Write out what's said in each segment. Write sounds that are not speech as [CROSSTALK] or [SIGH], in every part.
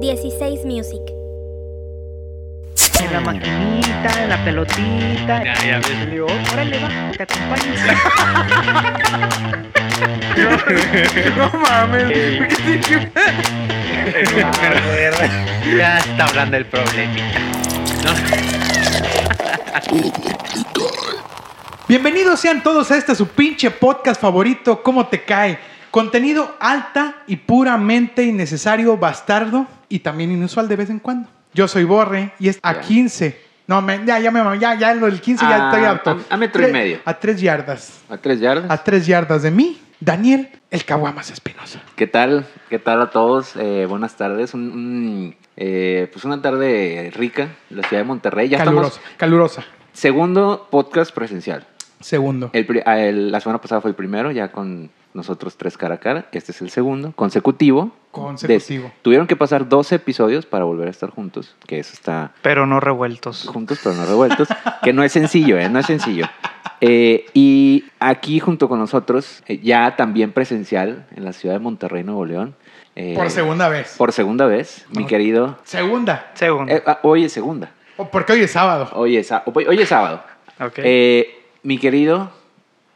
16 Music. En la maquinita, en la pelotita. Ya, ya ves. Le digo, órale, va, te acompaño. [LAUGHS] no mames. Ya está hablando el problemita. Bienvenidos sean todos a este su pinche podcast favorito, ¿Cómo te cae? Contenido alta y puramente innecesario, bastardo y también inusual de vez en cuando. Yo soy Borre y es a 15. No, me- ya, ya me mamé, ya, ya lo del 15 ya Ah, estoy harto. a- a metro y Tre- medio. A tres yardas. A tres yardas. A tres yardas de mí, Daniel, el Caguamas Espinosa. ¿Qué tal? ¿Qué tal a todos? Eh, buenas tardes. Un- un, eh, pues una tarde rica, en la ciudad de Monterrey. Ya Calurosa, estamos. calurosa. Segundo podcast presencial. Segundo. El pri- ah, el- la semana pasada fue el primero, ya con nosotros tres cara a cara. Este es el segundo, consecutivo. Consecutivo. Des- tuvieron que pasar 12 episodios para volver a estar juntos, que eso está Pero no revueltos. juntos pero no revueltos, que no es sencillo, ¿eh? No es sencillo. Eh, y aquí junto con nosotros, eh, ya también presencial en la ciudad de Monterrey, Nuevo León. eh, por segunda vez. Por segunda vez, Ah. mi Ok. querido. Segunda. Segundo. eh, ah, hoy es segunda. O porque hoy es sábado. Hoy es, sá- hoy hoy es sábado. Ok. Eh, mi querido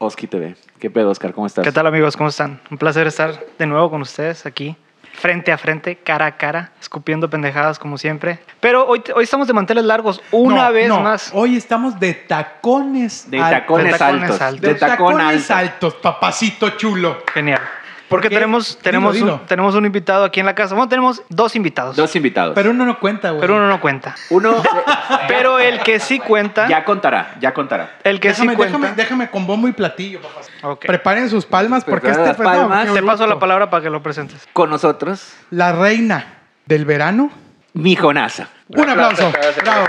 Oski TV. ¿Qué pedo, Oscar? ¿Cómo estás? ¿Qué tal amigos? ¿Cómo están? Un placer estar de nuevo con ustedes aquí, frente a frente, cara a cara, escupiendo pendejadas como siempre. Pero hoy, hoy estamos de manteles largos, una No, vez no, más. Hoy estamos de tacones. De al- tacones, de tacones altos. altos. De, De tacón tacones alto. altos, papacito chulo. Genial. Porque ¿Qué? tenemos, Dilo, tenemos, un- dilo. tenemos un invitado aquí en la casa. Bueno, tenemos dos invitados, Dos invitados. Pero uno no cuenta, güey. pero uno no cuenta. Uno [LAUGHS] eh, Pero el que sí cuenta, ya contará, ya contará. el que déjame, sí cuenta. déjame, déjame con bombo y platillo, papacito. Ok. Preparen sus palmas porque Preparen este las pues, no, palmas. qué Te paso bruto. la palabra para que lo presentes. Con nosotros, La reina del verano. mi Jonasa. Un aplauso. Bravo.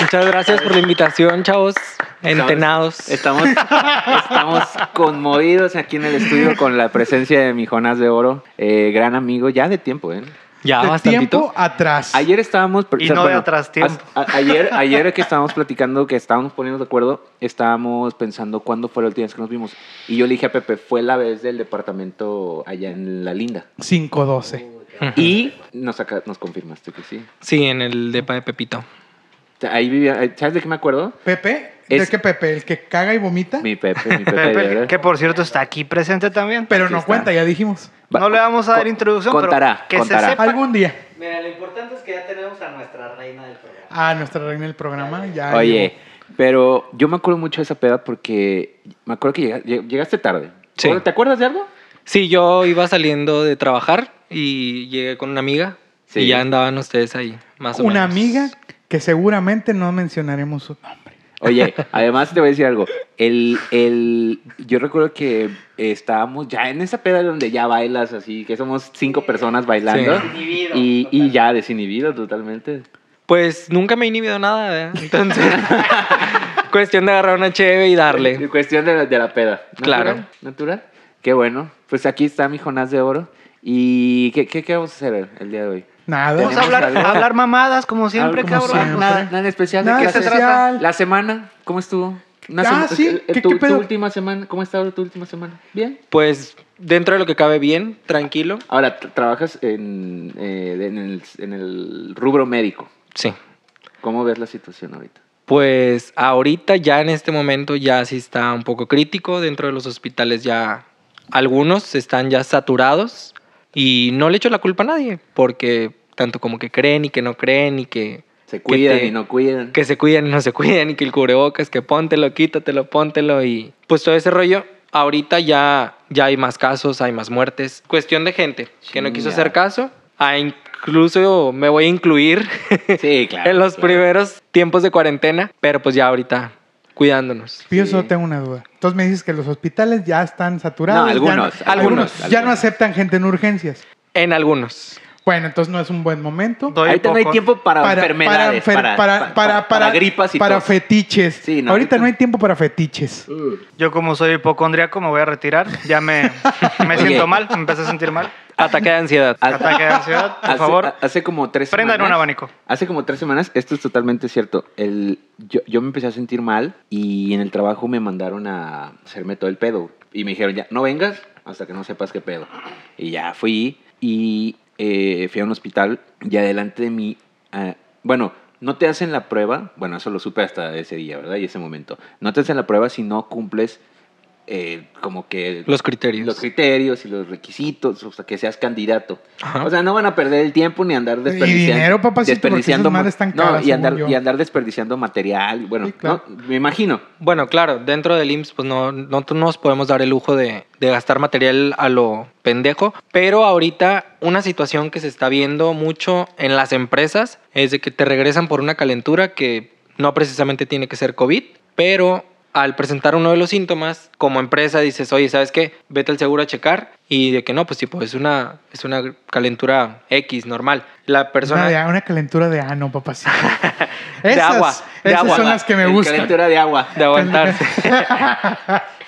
Muchas gracias por la invitación, chavos. Entenados. Estamos, estamos conmovidos aquí en el estudio con la presencia de mi Jonás de Oro, eh, gran amigo ya de tiempo. ¿eh? Ya De tiempo bastantito. atrás. Ayer estábamos... Y no de atrás tiempo. a- a- [LAUGHS] ayer, ayer que estábamos platicando, que estábamos poniendo de acuerdo, estábamos pensando cuándo fue la última vez que nos vimos. Y yo le dije a Pepe, fue la vez del departamento allá en La Linda. 512. Y nos, acá- nos confirmaste que sí. Sí, en el depa de Pepito. O sea, Ahí vivía, eh, ¿sabes de qué me acuerdo? Pepe, ¿de Es- qué Pepe? ¿El que caga y vomita? Mi Pepe, mi Pepe. Pepe, de oro. que por cierto está aquí presente también. Pero Aquí no está. cuenta, ya dijimos. Va- no le vamos a dar con- introducción, Contará, pero que contará. se sepa. Algún día. Mira, lo importante es que ya tenemos a nuestra reina del programa. Ah, nuestra reina del programa. Ya Oye, pero yo me acuerdo mucho de esa peda porque me acuerdo que llega- lleg- llegaste tarde. Sí. ¿Te acuerdas de algo? Sí, yo iba saliendo de trabajar y llegué con una amiga. Sí. Y ya andaban ustedes ahí, más o una menos. amiga que seguramente no mencionaremos su nombre. Oye, además te voy a decir algo. El, el, yo recuerdo que estábamos ya en esa peda donde ya bailas así, que somos cinco personas bailando. Sí. Desinhibido, Y, y total. ya desinhibido totalmente. Pues nunca me he inhibido nada, ¿verdad? Entonces, [LAUGHS] cuestión de agarrar una cheve y En darle. Cuestión de la, de la peda. ¿Natural? Claro. ¿Natural? Qué bueno. Pues aquí está mi Jonás de Oro. ¿Y qué, qué, qué vamos a hacer el día de hoy? Nada. Vamos a hablar, a hablar mamadas como siempre, Como cabrón. siempre. Nada, nada en especial. ¿De Nada qué en se trata? especial. La semana, ¿cómo estuvo? Una Ah, sema- sí, el- el- ¿qué- tu, qué pedo? tu última semana, ¿cómo ha estado tu última semana? Bien. Pues dentro de lo que cabe bien, tranquilo. Ahora, tra- trabajas en, eh, en, el, en el rubro médico. Sí. ¿Cómo ves la situación ahorita? Pues ahorita ya en este momento ya sí está un poco crítico. Dentro de los hospitales ya algunos están ya saturados y no le echo la culpa a nadie porque tanto como que creen y que no creen y que, ¿Se Que cuidan te- y no cuidan? que se cuidan y no se cuidan y que el cubrebocas, que póntelo, quítatelo, póntelo y pues todo ese rollo. Ahorita ya, ya hay más casos, hay más muertes. Cuestión de gente que no quiso Chinga. hacer caso. Ah, incluso me voy a incluir [LAUGHS] Sí, claro. en los claro. primeros tiempos de cuarentena, pero pues ya ahorita cuidándonos. Yo solo Sí. tengo una duda. Entonces me dices que los hospitales ya están saturados. No, ya algunos, Ya no, algunos, no algunos. aceptan gente en urgencias. En algunos. Bueno, entonces no es un buen momento. Doy Ahorita no hay poco. tiempo para, para enfermedades, enfer- para, para- para- para- para para- gripas y para tos. fetiches. Sí, no, Ahorita ahorita- no hay tiempo para fetiches. Uh. Yo como soy hipocondriaco me voy a retirar. Ya [LAUGHS] me, me Oye. siento mal, me empecé a sentir mal. Ataque de [LAUGHS] ansiedad. Ah, Ataque de ansiedad, por Hace- favor. a- Hace como tres Prendan semanas- un abanico. Hace como tres semanas, esto es totalmente cierto. El, yo, yo me empecé a sentir mal y en el trabajo me mandaron a hacerme todo el pedo. Y me dijeron, ya, no vengas hasta que no sepas qué pedo. Y ya fui y eh, fui a un hospital y adelante de mí, ah, bueno, no te hacen la prueba, bueno, eso lo supe hasta ese día, ¿verdad? Y ese momento. No te hacen la prueba si no cumples eh, como que... Los criterios. los criterios y los requisitos, o sea, que seas candidato. Ajá. O sea, no van a perder el tiempo ni andar desperdiciando. dinero, papacito, porque esas ma- madres están no, caras, y, según andar, yo. y andar desperdiciando material. Bueno, Sí, claro. no, me imagino. Bueno, claro, dentro del IMSS pues no, no nos podemos dar el lujo de, de gastar material a lo pendejo, pero ahorita una situación que se está viendo mucho en las empresas es de que te regresan por una calentura que no precisamente tiene que ser COVID, pero al presentar uno de los síntomas, como empresa dices, oye, ¿sabes qué? Vete al seguro a checar y de que no, pues tipo, es una, es una calentura X normal. La persona... Una, de- una calentura de ano, [LAUGHS] papacito. De Esas- agua, de esas agua. son las que me El gustan. Calentura de agua. de aguantarse. [LAUGHS]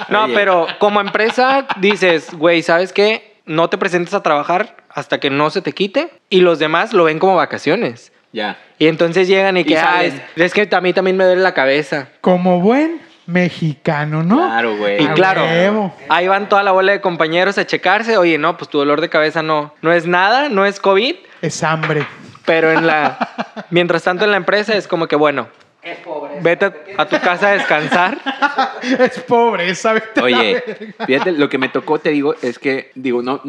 no, Oye. pero como empresa dices, güey, ¿sabes qué? No te presentes a trabajar hasta que no se te quite y los demás lo ven como vacaciones. Ya. Y entonces llegan y, Y que, ah, es, salen. es que a mí también me duele la cabeza. Como buen mexicano, ¿no? Claro, güey. Y A claro, Ah, huevo. ahí van toda la bola de compañeros a checarse. Oye, no, pues tu dolor de cabeza no, no es nada, no es COVID, Es hambre. [LAUGHS] pero en la, mientras tanto en la empresa es como que, bueno, Es pobre. vete a- a tu casa a descansar. es pobreza, vete a la Oye, verga. [LAUGHS] fíjate, lo que me tocó, te digo, es que, digo, no,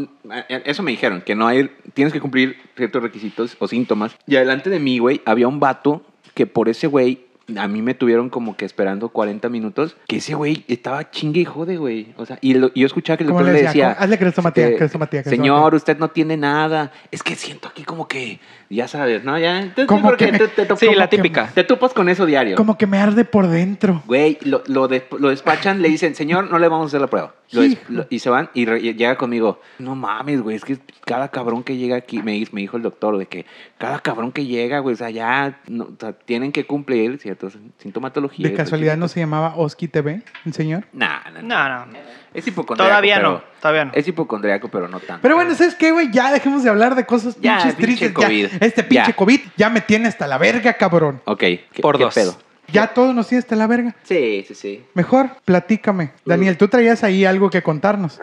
eso me dijeron, que no hay, tienes que cumplir ciertos requisitos o síntomas. Y adelante de mí, güey, había un vato que por ese güey, a mí me tuvieron como que esperando 40 minutos, que ese güey estaba chingue y jode, güey. O sea, y, lo- y yo escuchaba que el ¿Cómo doctor le le decía? decía, ¿Cómo? Hazle crestomatía, este, crestomatía, crestomatía. Señor, usted no tiene nada. Es que siento aquí como que, ya sabes, ¿no? Ya, entonces, Como yo creo que que me- te, te topas- Sí, Como la que- típica. te topas con eso diario. Como que me arde por dentro. Güey, lo, lo, des- lo despachan, le dicen, señor, no le vamos a hacer la prueba. Lo des- lo- y se van y, re- y llega conmigo. No mames, güey, es que cada cabrón que llega aquí, me, dis- me dijo el doctor, de que cada cabrón que llega, güey, o sea, ya no- o sea, tienen que cumplir ciertas sintomatologías. De casualidad no se llamaba Oski TV, el señor. Nah, nah, No, nah. no. Es hipocondriaco. Todavía pero- no. Todavía no. Es hipocondriaco, pero no tanto. Pero bueno, ¿sabes qué, güey? Ya dejemos de hablar de cosas Ya, pinches pinche tristes. COVID. Ya. Este pinche Ya. COVID ya me tiene hasta la verga, cabrón. Ok. ¿qué- Por qué dos. pedo? Ya todo nos tiene hasta la verga. Sí, sí, sí. Mejor, platícame. Daniel, tú traías ahí algo que contarnos.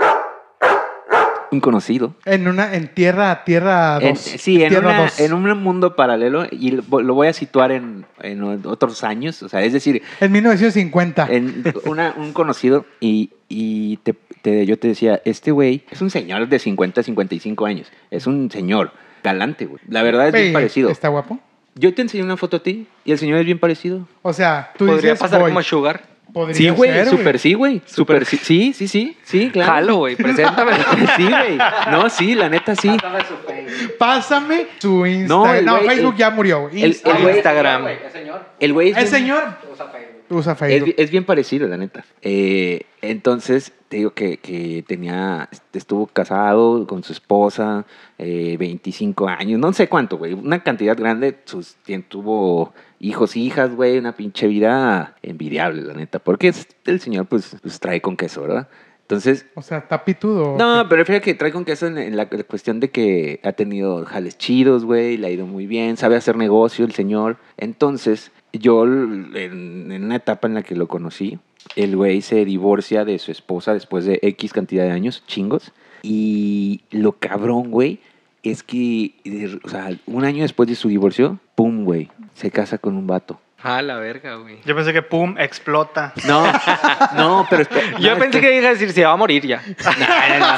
Un conocido. En una, en tierra, tierra En- 2. sí, en, tierra una- dos. en un mundo paralelo y lo lo voy a situar en, en otros años, o sea, es decir, En 1950. en una- un conocido y, y te- te- yo te decía, este güey es un señor de 50, 55 años, es un señor galante, güey. La verdad es Ey, bien parecido. ¿Está guapo? Yo te enseñé una foto a ti y el señor es bien parecido. O sea, tú Podría dices, pasar voy. como Sugar. Podría Sí, güey, ser, súper sí, güey. Súper sí, sí, sí, sí, sí, claro. Jalo, güey, preséntame. [LAUGHS] Sí, güey. No, sí, la neta sí. Dame su Facebook. Pásame su No, Instagram. el No, güey- Facebook el- ya murió. güey. el- Insta- el güey- Instagram. güey, Es señor. El güey es el bien- señor Usa Facebook. usa Es, bi- Facebook. es bien parecido, la neta. Eh, entonces, te digo que, que tenía, estuvo casado con su esposa, eh, 25 años, no sé cuánto, güey, una cantidad grande, sus, tien- tuvo hijos, hijas, güey, una pinche vida envidiable, la neta, porque es- el señor, pues, pues, trae con queso, ¿verdad? Entonces, O sea, tapitudo. no, pero fíjate que trae con queso en, en la cu- cuestión de que ha tenido jales chidos, güey, le ha ido muy bien, sabe hacer negocio el señor. Entonces, yo l- en, en una etapa en la que lo conocí, el güey se divorcia de su esposa después de X cantidad de años, chingos. Y lo cabrón, güey, es que, de- o sea, un año después de su divorcio, pum, güey, se casa con un vato. A la verga, güey. Yo pensé que pum, [LAUGHS] explota. No, no, pero... espe- no, Yo pensé espe- que iba a decir, se va a morir [LAUGHS] ya.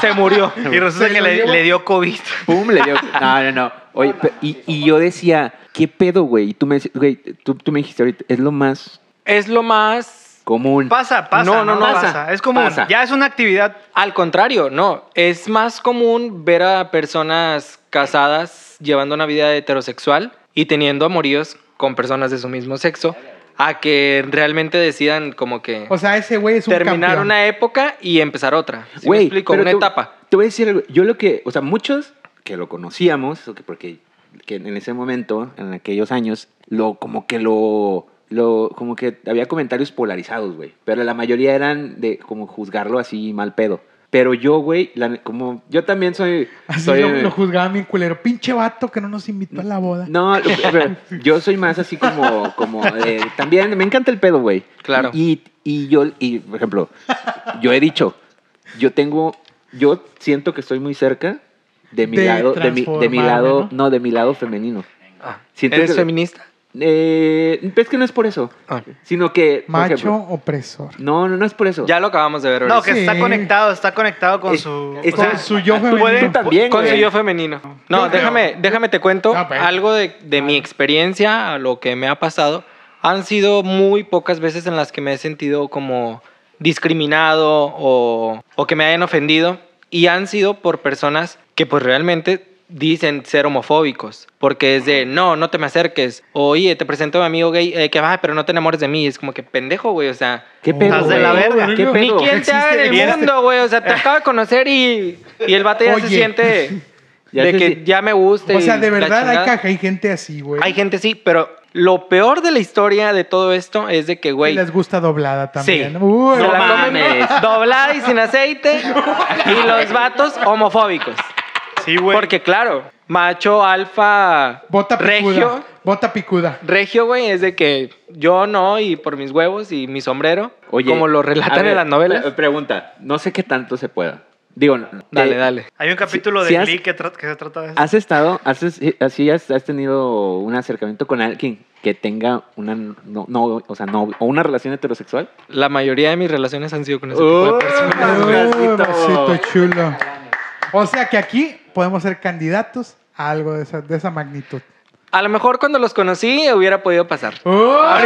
Se murió. Y resulta Se que lo le, llevo. le dio COVID. Pum, le dio. No, no, no. Oye, pe- y, y yo decía, ¿qué pedo, güey? Y tú me, dec- güey, tú, tú me dijiste ahorita, es lo más Es lo más... común. Pasa, pasa. No, No, no, no, no, pasa. pasa, Es como, pasa. ya es una actividad. Al contrario, no. Es más común ver a personas casadas llevando una vida heterosexual y teniendo amoríos con personas de su mismo sexo a que realmente decidan como que O sea, ese güey es un terminar campeón. una época y empezar otra. ¿Sí me Güey, explico? pero Una tú- etapa. Te voy a decir algo. Yo lo que, o sea, muchos que lo conocíamos, o que- porque que en ese momento, en aquellos años, lo como que lo, lo como que había comentarios polarizados, güey. Pero la mayoría eran de como juzgarlo así mal pedo. Pero yo, güey, la ne- como yo también soy, Así soy lo, lo juzgaban bien culero. Pinche vato que no nos invitó a la boda. [LAUGHS] No, lo- pero yo soy más así como, como de- también me encanta el pedo, güey. Claro. Y, y yo, y por ejemplo, yo he dicho, yo tengo, yo siento que estoy muy cerca de mi De lado, de mi, de mi transformarme, lado, ¿no? ¿no? de mi lado femenino. Ah, Siento ¿Eres que- feminista? Eh, pero es que no es por eso, Ah. sino que por Macho ejemplo, opresor. no, no, no es por eso. Ya lo acabamos de ver. No, ahorita. que Sí. está conectado, está conectado con Es- su... Eh, es- o sea, Con su yo tú puedes- femenino. también. Con su güey. yo femenino. No, Yo creo- déjame, déjame te cuento Ah, pues. algo de, de mi experiencia, a lo que me ha pasado. Han sido muy pocas veces en las que me he sentido como discriminado o, o que me hayan ofendido. Y han sido por personas que pues realmente dicen ser homofóbicos. Porque es de, no, no te me acerques. Oye, te presento a mi amigo gay, eh, que va, pero no te enamores de mí. Es como que pendejo, güey. O sea, ¿Qué pedo? Estás de la güey? verga. ¿Qué ni pedo? quien te haga en el existe. mundo, güey. O sea, te acabo de conocer y, y el vato ya se Oye. siente Ya de se que si- ya me gusta. O y sea, de la verdad hay, chingada. caja, hay gente así, güey. Hay gente, sí, pero lo peor de la historia de todo esto es de que, que güey. les gusta doblada también. Sí. Uy, se No la comen [LAUGHS] mames. doblada y sin aceite. y los vatos homofóbicos. Sí, güey. Porque, claro, macho, alfa, Bota picuda. regio. Bota picuda. Regio, güey, es de que yo no, y por mis huevos y mi sombrero, Oye, como lo a relatan ver, eh, en las novelas. pre- pregunta, no sé qué tanto se pueda. Digo, dale, eh, dale. Hay un capítulo si de has- Glee que, tra- que se trata de eso. ¿Has estado, has, eh, así has, has tenido un acercamiento con alguien que tenga una, no, no, o sea, no, o una relación heterosexual? La mayoría de mis relaciones han sido con ese tipo de Oh, personas. Uy, Maxito. besito chulo. O sea que aquí podemos ser candidatos a algo de esa, de esa magnitud. A lo mejor cuando los conocí hubiera podido pasar. Uy,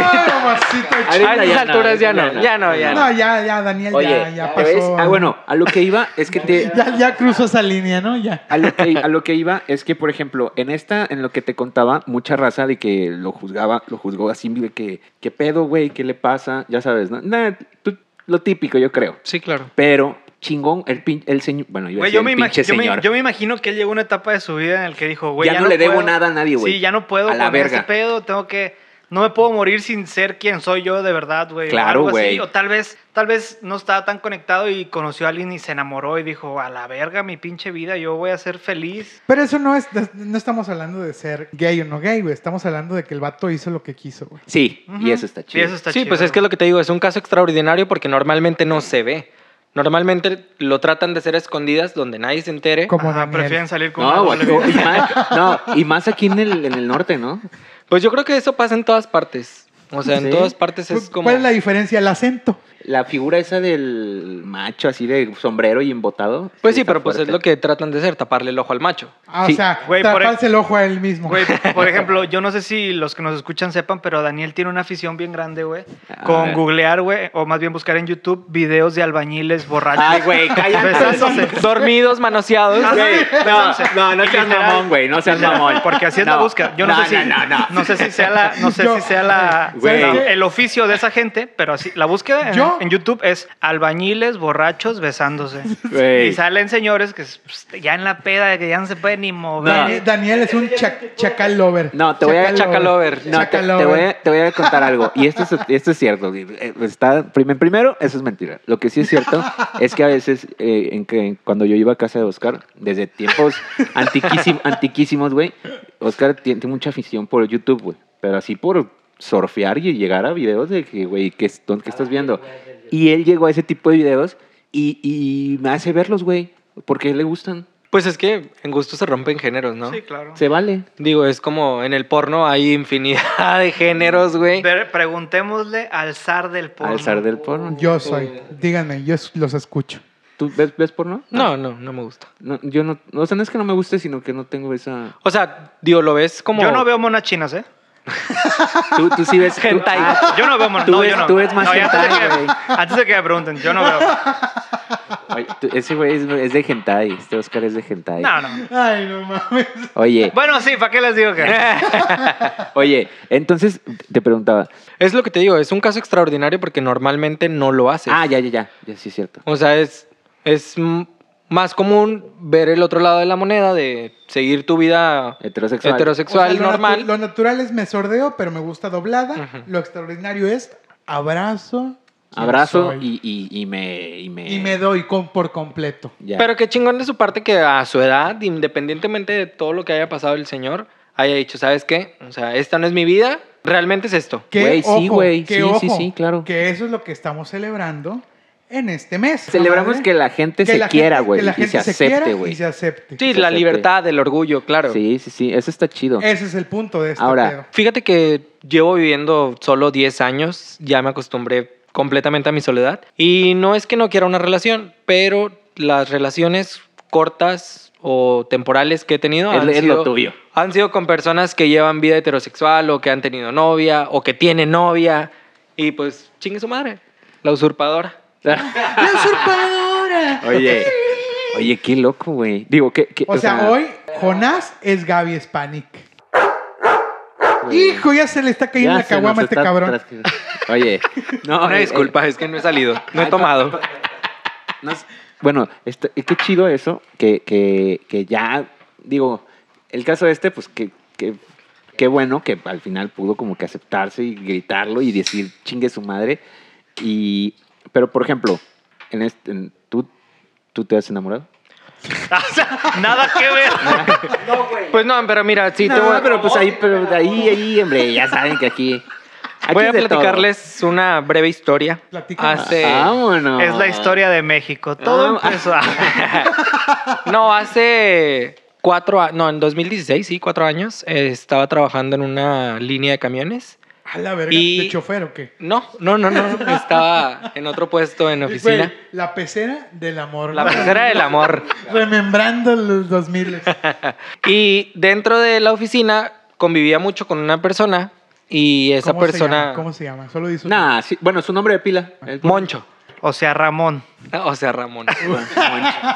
besito chulo. Ahorita A estas no, alturas ya ahorita no, ya no, ya No, ya, ya, Daniel, Oye, ya, ya ¿ves? pasó. Ah, bueno, a lo que iba es que te, [LAUGHS] Ya, ya cruzó esa línea, ¿no? Ya. A lo, que, a lo que iba es que, por ejemplo, en esta, en lo que te contaba, mucha raza de que lo juzgaba, lo juzgó así, de que, ¿qué pedo, güey? ¿Qué le pasa? Ya sabes, ¿no? Nah, tú- lo típico, yo creo. Sí, claro. Pero, chingón, el, pin- el señor, bueno, iba a Güey, decir yo, el me pinche imagi- yo, me, señor. yo me imagino que él llegó a una etapa de su vida en la que dijo, güey, Ya no le debo puedo- nada a nadie, güey. Sí, ya no puedo A la con ese verga. pedo, tengo que no me puedo morir sin ser quien soy yo de verdad, güey. o Claro, algo así, güey. O tal vez, tal vez no estaba tan conectado y conoció a alguien y se enamoró y dijo, a la verga, mi pinche vida, yo voy a ser feliz. Pero eso no es, no estamos hablando de ser gay o no gay, güey. Estamos hablando de que el vato hizo lo que quiso, güey. Sí, Ujú. y eso está chido. Y eso está sí, chido. pues es que lo que te digo es un caso extraordinario porque normalmente no se ve. Normalmente lo tratan de hacer a escondidas donde nadie se entere. Como Ajá, Daniel. prefieren salir con una No, doble guaco, vida. [LAUGHS] y más, no, y más aquí en el, en el norte, ¿no? Pues yo creo que eso pasa en todas partes. O sea, en Sí. todas partes es Cu- como... Pues, ¿Cuál es la diferencia? El acento. La figura esa del macho así de sombrero y embotado. Pues sí, está pero pues es fuerte. lo que tratan de hacer, taparle el ojo al macho. Ah, O Sí. sea, Güey, por taparse el ojo a él mismo. [LAUGHS] [LAUGHS] Güey, por ejemplo, yo no sé si los que nos escuchan sepan, pero Daniel tiene una afición bien grande, güey, Ah, A con ver. googlear, güey, o más bien buscar en YouTube videos de albañiles borrachos. Ay, [LAUGHS] Ah, güey, cállate. Pues Besándose. Dormidos, manoseados. Güey, no, no, no seas Literal. mamón, güey, no seas mamón. Porque así es la No, búsqueda. Yo no, sé si, No, no, no. sé si sea la, no sé Yo- si sea la, [LAUGHS] Güey. la- el oficio de esa gente, pero así la búsqueda en, Yo- en YouTube es albañiles borrachos besándose Güey. y salen señores que pues, ya en la peda que ya no se pueden ni mover. No. Dani- Daniel es un chac- chacal lover. No, te voy a- Chacal lover. No, te, Chacal te voy lover. a, te voy a contar algo. Y esto es, esto es cierto. güey. Eh, Está, prim- primero, eso es mentira. Lo que sí es cierto es que a veces, eh, en que, cuando yo iba a casa de Oscar, desde tiempos antiquísim- antiquísimos, güey, Oscar tiene tiene mucha afición por YouTube, güey. Pero así por surfear y llegar a videos de que, güey, ¿qué, es- dónde- qué estás viendo? Y él llegó a ese tipo de videos y, y me hace verlos, güey, porque a él le gustan. Pues es que en gusto se rompen géneros, ¿no? Sí, claro. Se vale. Digo, es como en el porno hay infinidad de géneros, güey. Pero preguntémosle al zar del porno. Al zar del porno. Yo soy. Díganme, yo es- los escucho. ¿Tú ves, ves porno? No, no, no me gusta. No, yo no, o sea, no es que no me guste, sino que no tengo esa... O sea, digo, lo ves como. Yo no veo monas chinas, ¿eh? Tú, tú sí ves... tú- Hentai. Ah, Yo no veo monas. Tú no, ves- yo no. tú ves más No, y antes, de hentai, que, güey. antes de que me pregunten, yo no veo. oye, tú- ese güey es, es de hentai, este Oscar es de hentai. No, no. Ay, no mames. Oye, Bueno, sí, ¿para qué les digo [LAUGHS] que? no? oye, entonces te preguntaba... Es lo que te digo, es un caso extraordinario porque normalmente no lo haces. Ah, ya, ya, ya, ya, sí es cierto. O sea, es, es m- más común ver el otro lado de la moneda, de seguir tu vida Heterosexual. heterosexual O sea, lo normal. natu- Lo, natural es me sordeo, pero me gusta doblada. Ujú. Lo extraordinario es abrazo. quién Abrazo soy. y, y, y me... Y me... Y me doy con, por completo. Ya. Pero qué chingón de su parte que a su edad, independientemente de todo lo que haya pasado el señor, haya dicho, ¿sabes qué? O sea, esta no es mi vida, realmente es esto. Que, Güey, sí, ojo, güey, que sí, sí, ojo, sí, claro. Que eso es lo que estamos celebrando en este mes. Celebramos Madre. que la gente se la quiera, gente- güey. Que la Y gente se se, quiera acepte, y güey. se acepte. Sí, Exacto. la libertad, el orgullo, claro. Sí, sí, sí. Eso está chido. [LAUGHS] Ese es el punto de este Ahora, pedo. Fíjate que llevo viviendo solo 10 años, ya me acostumbré completamente a mi soledad. Y no es que no quiera una relación, pero las relaciones cortas o temporales que he tenido Es- han, es sido, lo tuyo. han sido con personas que llevan vida heterosexual o que han tenido novia o que tienen novia. Y pues, chingue su madre, la usurpadora. ¡La usurpadora! Oye, oye, qué loco, güey. Digo, que... O sea, hoy Jonás es Gaby Spanik. güey, Hijo, ya se le está cayendo ya la se nos caguama a este está cabrón. transcri- [LAUGHS] Oye, no, Una eh, disculpa, es que no he salido, no he tomado. eh, no es- bueno, este- qué chido eso, que, que, que ya, digo, el caso este, pues que, que, qué bueno que al final pudo como que aceptarse y gritarlo y decir chingue su madre. Y, pero por ejemplo, en este, en- ¿tú, ¿tú te has enamorado? Nada que ver. No, güey. Pues no, pero mira, sí, te No, voy a- pero pues ahí, pero de ahí, ahí, hombre, ya saben que aquí. aquí voy a es de todo. Ah, platicarles una breve historia. Platícanos. Hace... Vámonos. Es la historia de México. Todo Ah, ah. empezó. No, hace cuatro años, no, en 2016, sí, cuatro años, eh, estaba trabajando en una línea de camiones. A la verga, Y- ¿de chofer o qué? No, no, no, no, estaba en otro puesto en oficina. Güey, la pecera del amor. La pecera del amor. Remembrando los 2000. Y dentro de la oficina convivía mucho con una persona y [LAUGHS] esa ¿Cómo se persona... llama? ¿Cómo se llama? Solo dice. Nah, sí, bueno, su nombre de pila. El- Moncho. O sea, Ramón. [LAUGHS] O sea, Ramón.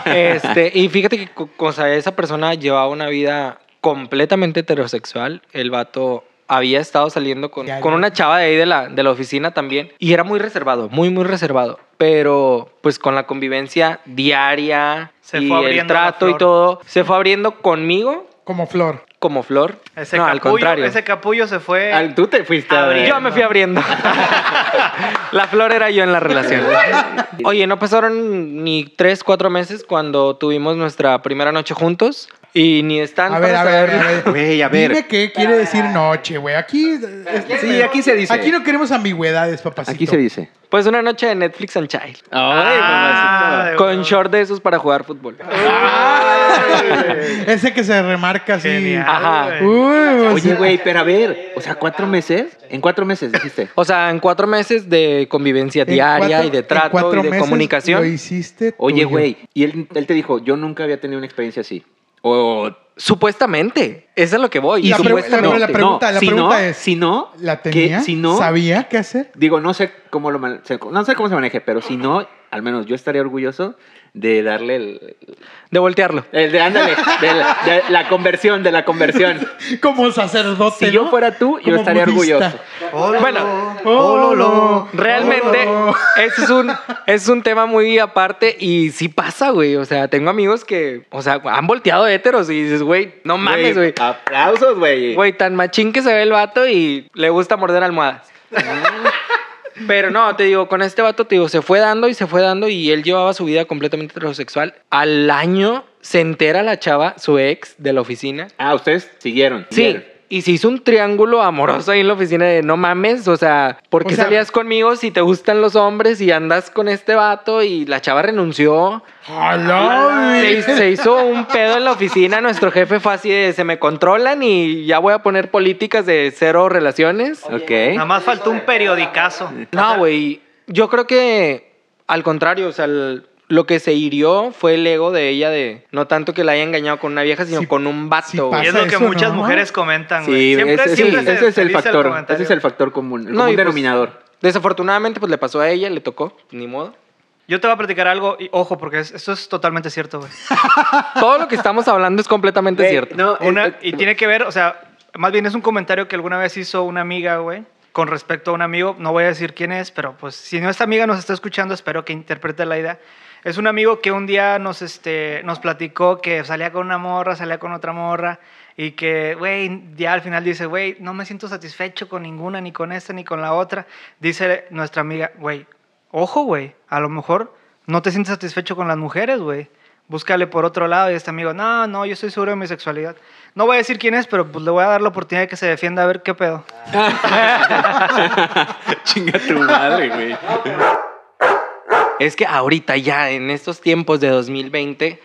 este, y fíjate que co- o sea, esa persona llevaba una vida completamente heterosexual. El vato había estado saliendo con, Ya, con ya. una chava de ahí de la, de la oficina también. Y era muy reservado, muy, muy reservado. Pero pues con la convivencia diaria, Se y fue el abriendo la trato y flor. todo, se fue abriendo conmigo Como flor. como flor. Ese no, capullo, al contrario. Ese capullo se fue. Al- Tú te fuiste. Ah, güey. Yo me fui [LAUGHS] abriendo. la flor era yo en la relación. Oye, no pasaron ni tres, cuatro meses cuando tuvimos nuestra primera noche juntos y ni están A ver, para a ver, saber- a ver. Güey, a ver. Dime qué quiere decir noche, güey. Aquí. este, Sí, aquí se dice. Aquí no queremos ambigüedades, papacito. Aquí se dice. Pues una noche de Netflix and Child. Ay, Ah, Con short de esos para jugar fútbol. [LAUGHS] Ese que se remarca así. Genial, Ajá. güey. Uy, Uh, o Oye, sea, güey, pero a ver. O sea, cuatro meses. En cuatro meses dijiste. O sea, en cuatro meses de convivencia en diaria cuatro- y de en cuatro trato y de meses comunicación. Lo hiciste. Oye, tuyo. güey. Y él, él te dijo, yo nunca había tenido una experiencia así. O. Supuestamente. Eso es lo que voy. Y la pre- supuestamente. pero la no, pregunta- la si pregunta no, es, Si no. La que- tenía. Si no. Sabía qué hacer. [LAUGHS] Digo, no sé cómo lo man- se- no sé cómo se maneje, pero si no, al menos yo estaría orgulloso de darle el, De voltearlo. el de ándale, de la, de la conversión, de la [LAUGHS] conversión. Como sacerdote. Si yo ¿no? fuera tú, yo Como estaría budista. orgulloso. Bueno, [LAUGHS] Oh, lo, lo. Realmente Oh, eso es un, es un tema muy aparte y sí pasa, güey. O sea, tengo amigos que, o sea, han volteado héteros y dices, güey, no mames, güey. ah, Aplausos, güey. Güey, tan machín que se ve el vato y le gusta morder almohadas. Pero no, te digo, con este vato, te digo, se fue dando y se fue dando y él llevaba su vida completamente heterosexual. Al año se entera la chava, su ex de la oficina. Ah, ustedes siguieron. Sí. Y se hizo un triángulo amoroso ahí en la oficina de no mames, o sea, ¿por O qué sea- salías conmigo si te gustan los hombres y andas con este vato y la chava renunció? Jalá, Se, güey. se hizo un pedo en la oficina, nuestro jefe fue así de se me controlan y ya voy a poner políticas de cero relaciones. Ok. Nada más faltó un periodicazo. No, güey, yo creo que al contrario, o sea, el- lo que se hirió fue el ego de ella de no tanto que la haya engañado con una vieja, sino Sí- con un sí vato. güey. Y es Pasa lo que eso, muchas ¿no? mujeres comentan, güey. Sí, Siempre, ese, siempre ese- se- ese es se el dice factor. ese comentario. es el factor común, el No, común y pues- denominador. Desafortunadamente, pues le pasó a ella, le tocó, ni modo. Yo te voy a platicar algo, y ojo, porque es- esto es totalmente cierto, güey. Todo lo que estamos hablando es completamente Güey, cierto. No, eh, Una- eh, y tiene que ver, o sea, más bien es un comentario que alguna vez hizo una amiga, güey, con respecto a un amigo. No voy a decir quién es, pero pues si no esta amiga nos está escuchando, espero que interprete la idea. Es un amigo que un día nos, este, nos platicó que salía con una morra, salía con otra morra, y que, güey, ya al final dice, güey, no me siento satisfecho con ninguna, ni con esta, ni con la otra. Dice nuestra amiga, güey, ojo, güey, a lo mejor no te sientes satisfecho con las mujeres, güey. Búscale por otro lado y este amigo, no, no, yo estoy seguro de mi sexualidad. No voy a decir quién es, pero pues le voy a dar la oportunidad de que se defienda a ver qué pedo. Chinga tu madre, güey. Es que ahorita ya, en estos tiempos de 2020,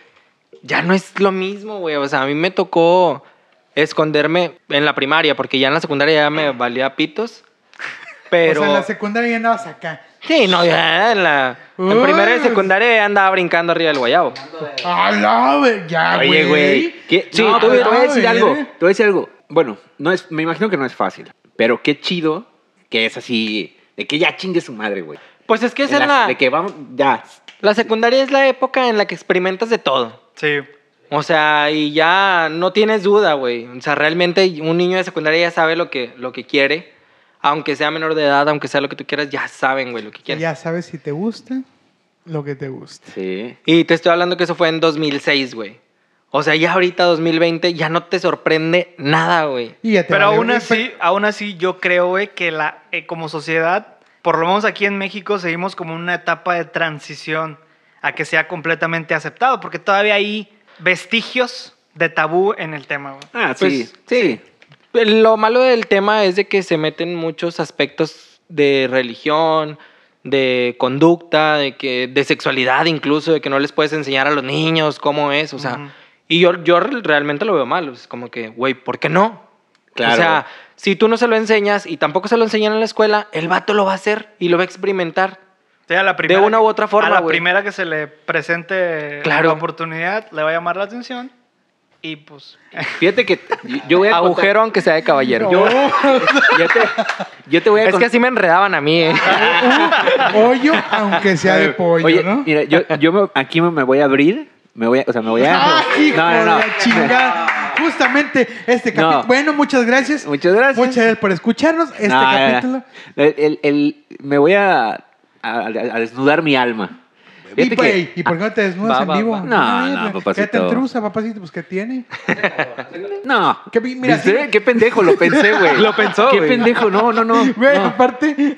ya no es lo mismo, güey. O sea, a mí me tocó esconderme en la primaria, porque ya en la secundaria ya me valía pitos. Pero... O sea, en la secundaria ya andabas acá. Sí, no, ya en la... En Uy. primera y secundaria ya andaba brincando arriba del guayabo. ¡Hala, güey! Ya, Ah, güey. Oye, güey. ¿qué- Sí, No, te, voy, pero te voy no, a eh. decir güey. algo. Te voy a decir algo. Bueno, no es, me imagino que no es fácil. Pero qué chido que es así. De que ya chingue su madre, güey. Pues es que es De en la- la... De que vamos. Ya. La secundaria es la época en la que experimentas de todo. Sí. O sea, y ya no tienes duda, güey. O sea, realmente un niño de secundaria ya sabe lo que, lo que quiere. Aunque sea menor de edad, aunque sea lo que tú quieras, ya saben, güey, lo que quieren. Ya sabes si te gusta lo que te gusta. Sí. Y te estoy hablando que eso fue en 2006, güey. O sea, ya ahorita 2020 ya no te sorprende nada, güey. Y ya te Pero vale aún verga. así, aún así yo creo, güey, que la, eh, como sociedad, por lo menos aquí en México, seguimos como en una etapa de transición a que sea completamente aceptado, porque todavía hay vestigios de tabú en el tema, güey. Ah, Pues, sí. Sí. Lo malo del tema es de que se meten muchos aspectos de religión, de conducta, de que de sexualidad incluso, de que no les puedes enseñar a los niños cómo es, o sea, Ujú. y yo, yo realmente lo veo mal, es como que, güey, ¿por qué no? Claro. O sea, si tú no se lo enseñas y tampoco se lo enseñan en la escuela, el vato lo va a hacer y lo va a experimentar. O sea, a la primera una que- u otra forma, A la güey. primera que se le presente Claro. la oportunidad, le va a llamar la atención y pues... Fíjate que yo- yo voy a. contar- Agujero aunque sea de caballero. Yo, yo te, yo te voy a es que contar- así me enredaban a mí, ¿eh? Ah, Hoyo, aunque sea de pollo, [LAUGHS] Oye, ¿no? [LAUGHS] mira, yo, yo me- aquí me me voy a abrir. Me voy a, o sea, me voy [LAUGHS] a... ¡Ay, Ah, hijo de la chingada! Justamente este capítulo. No. Bueno, muchas gracias. Muchas gracias. Muchas gracias por escucharnos. Este No, no, no. capítulo. El- el- el- me voy a, a- a- a desnudar mi alma. Y, Fíjate güey, que- ah, ¿y por qué no te desnudas Va, en va, vivo? va. No, no, Quédate papacito. en truza, papacito, pues ¿qué [LAUGHS] tiene? No. Que vi- mira, ¿Viste? sí. Qué pendejo, lo pensé, [LAUGHS] güey. Lo pensó, Qué güey. pendejo, no, no, no. Güey, no. aparte.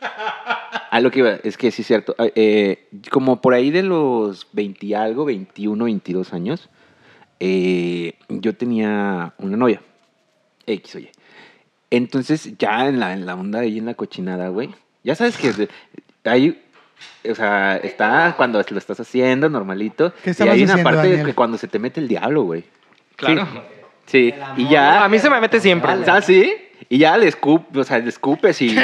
A Ah, lo que iba, es que sí es cierto. Ah, eh, como por ahí de los 20 y algo, 21, 22 años, eh, yo tenía una novia. X, oye. Entonces, ya en la, en la onda y en la cochinada, güey. Ya sabes que de- hay. O sea, está cuando lo estás haciendo, normalito. ¿Qué y estabas hay una haciendo, parte Daniel? que cuando se te mete el diablo, güey. Claro. Sí. sí. Y ya. A mí se me mete siempre. O sea, sí. Y ya le escupes, o sea, le escupes y.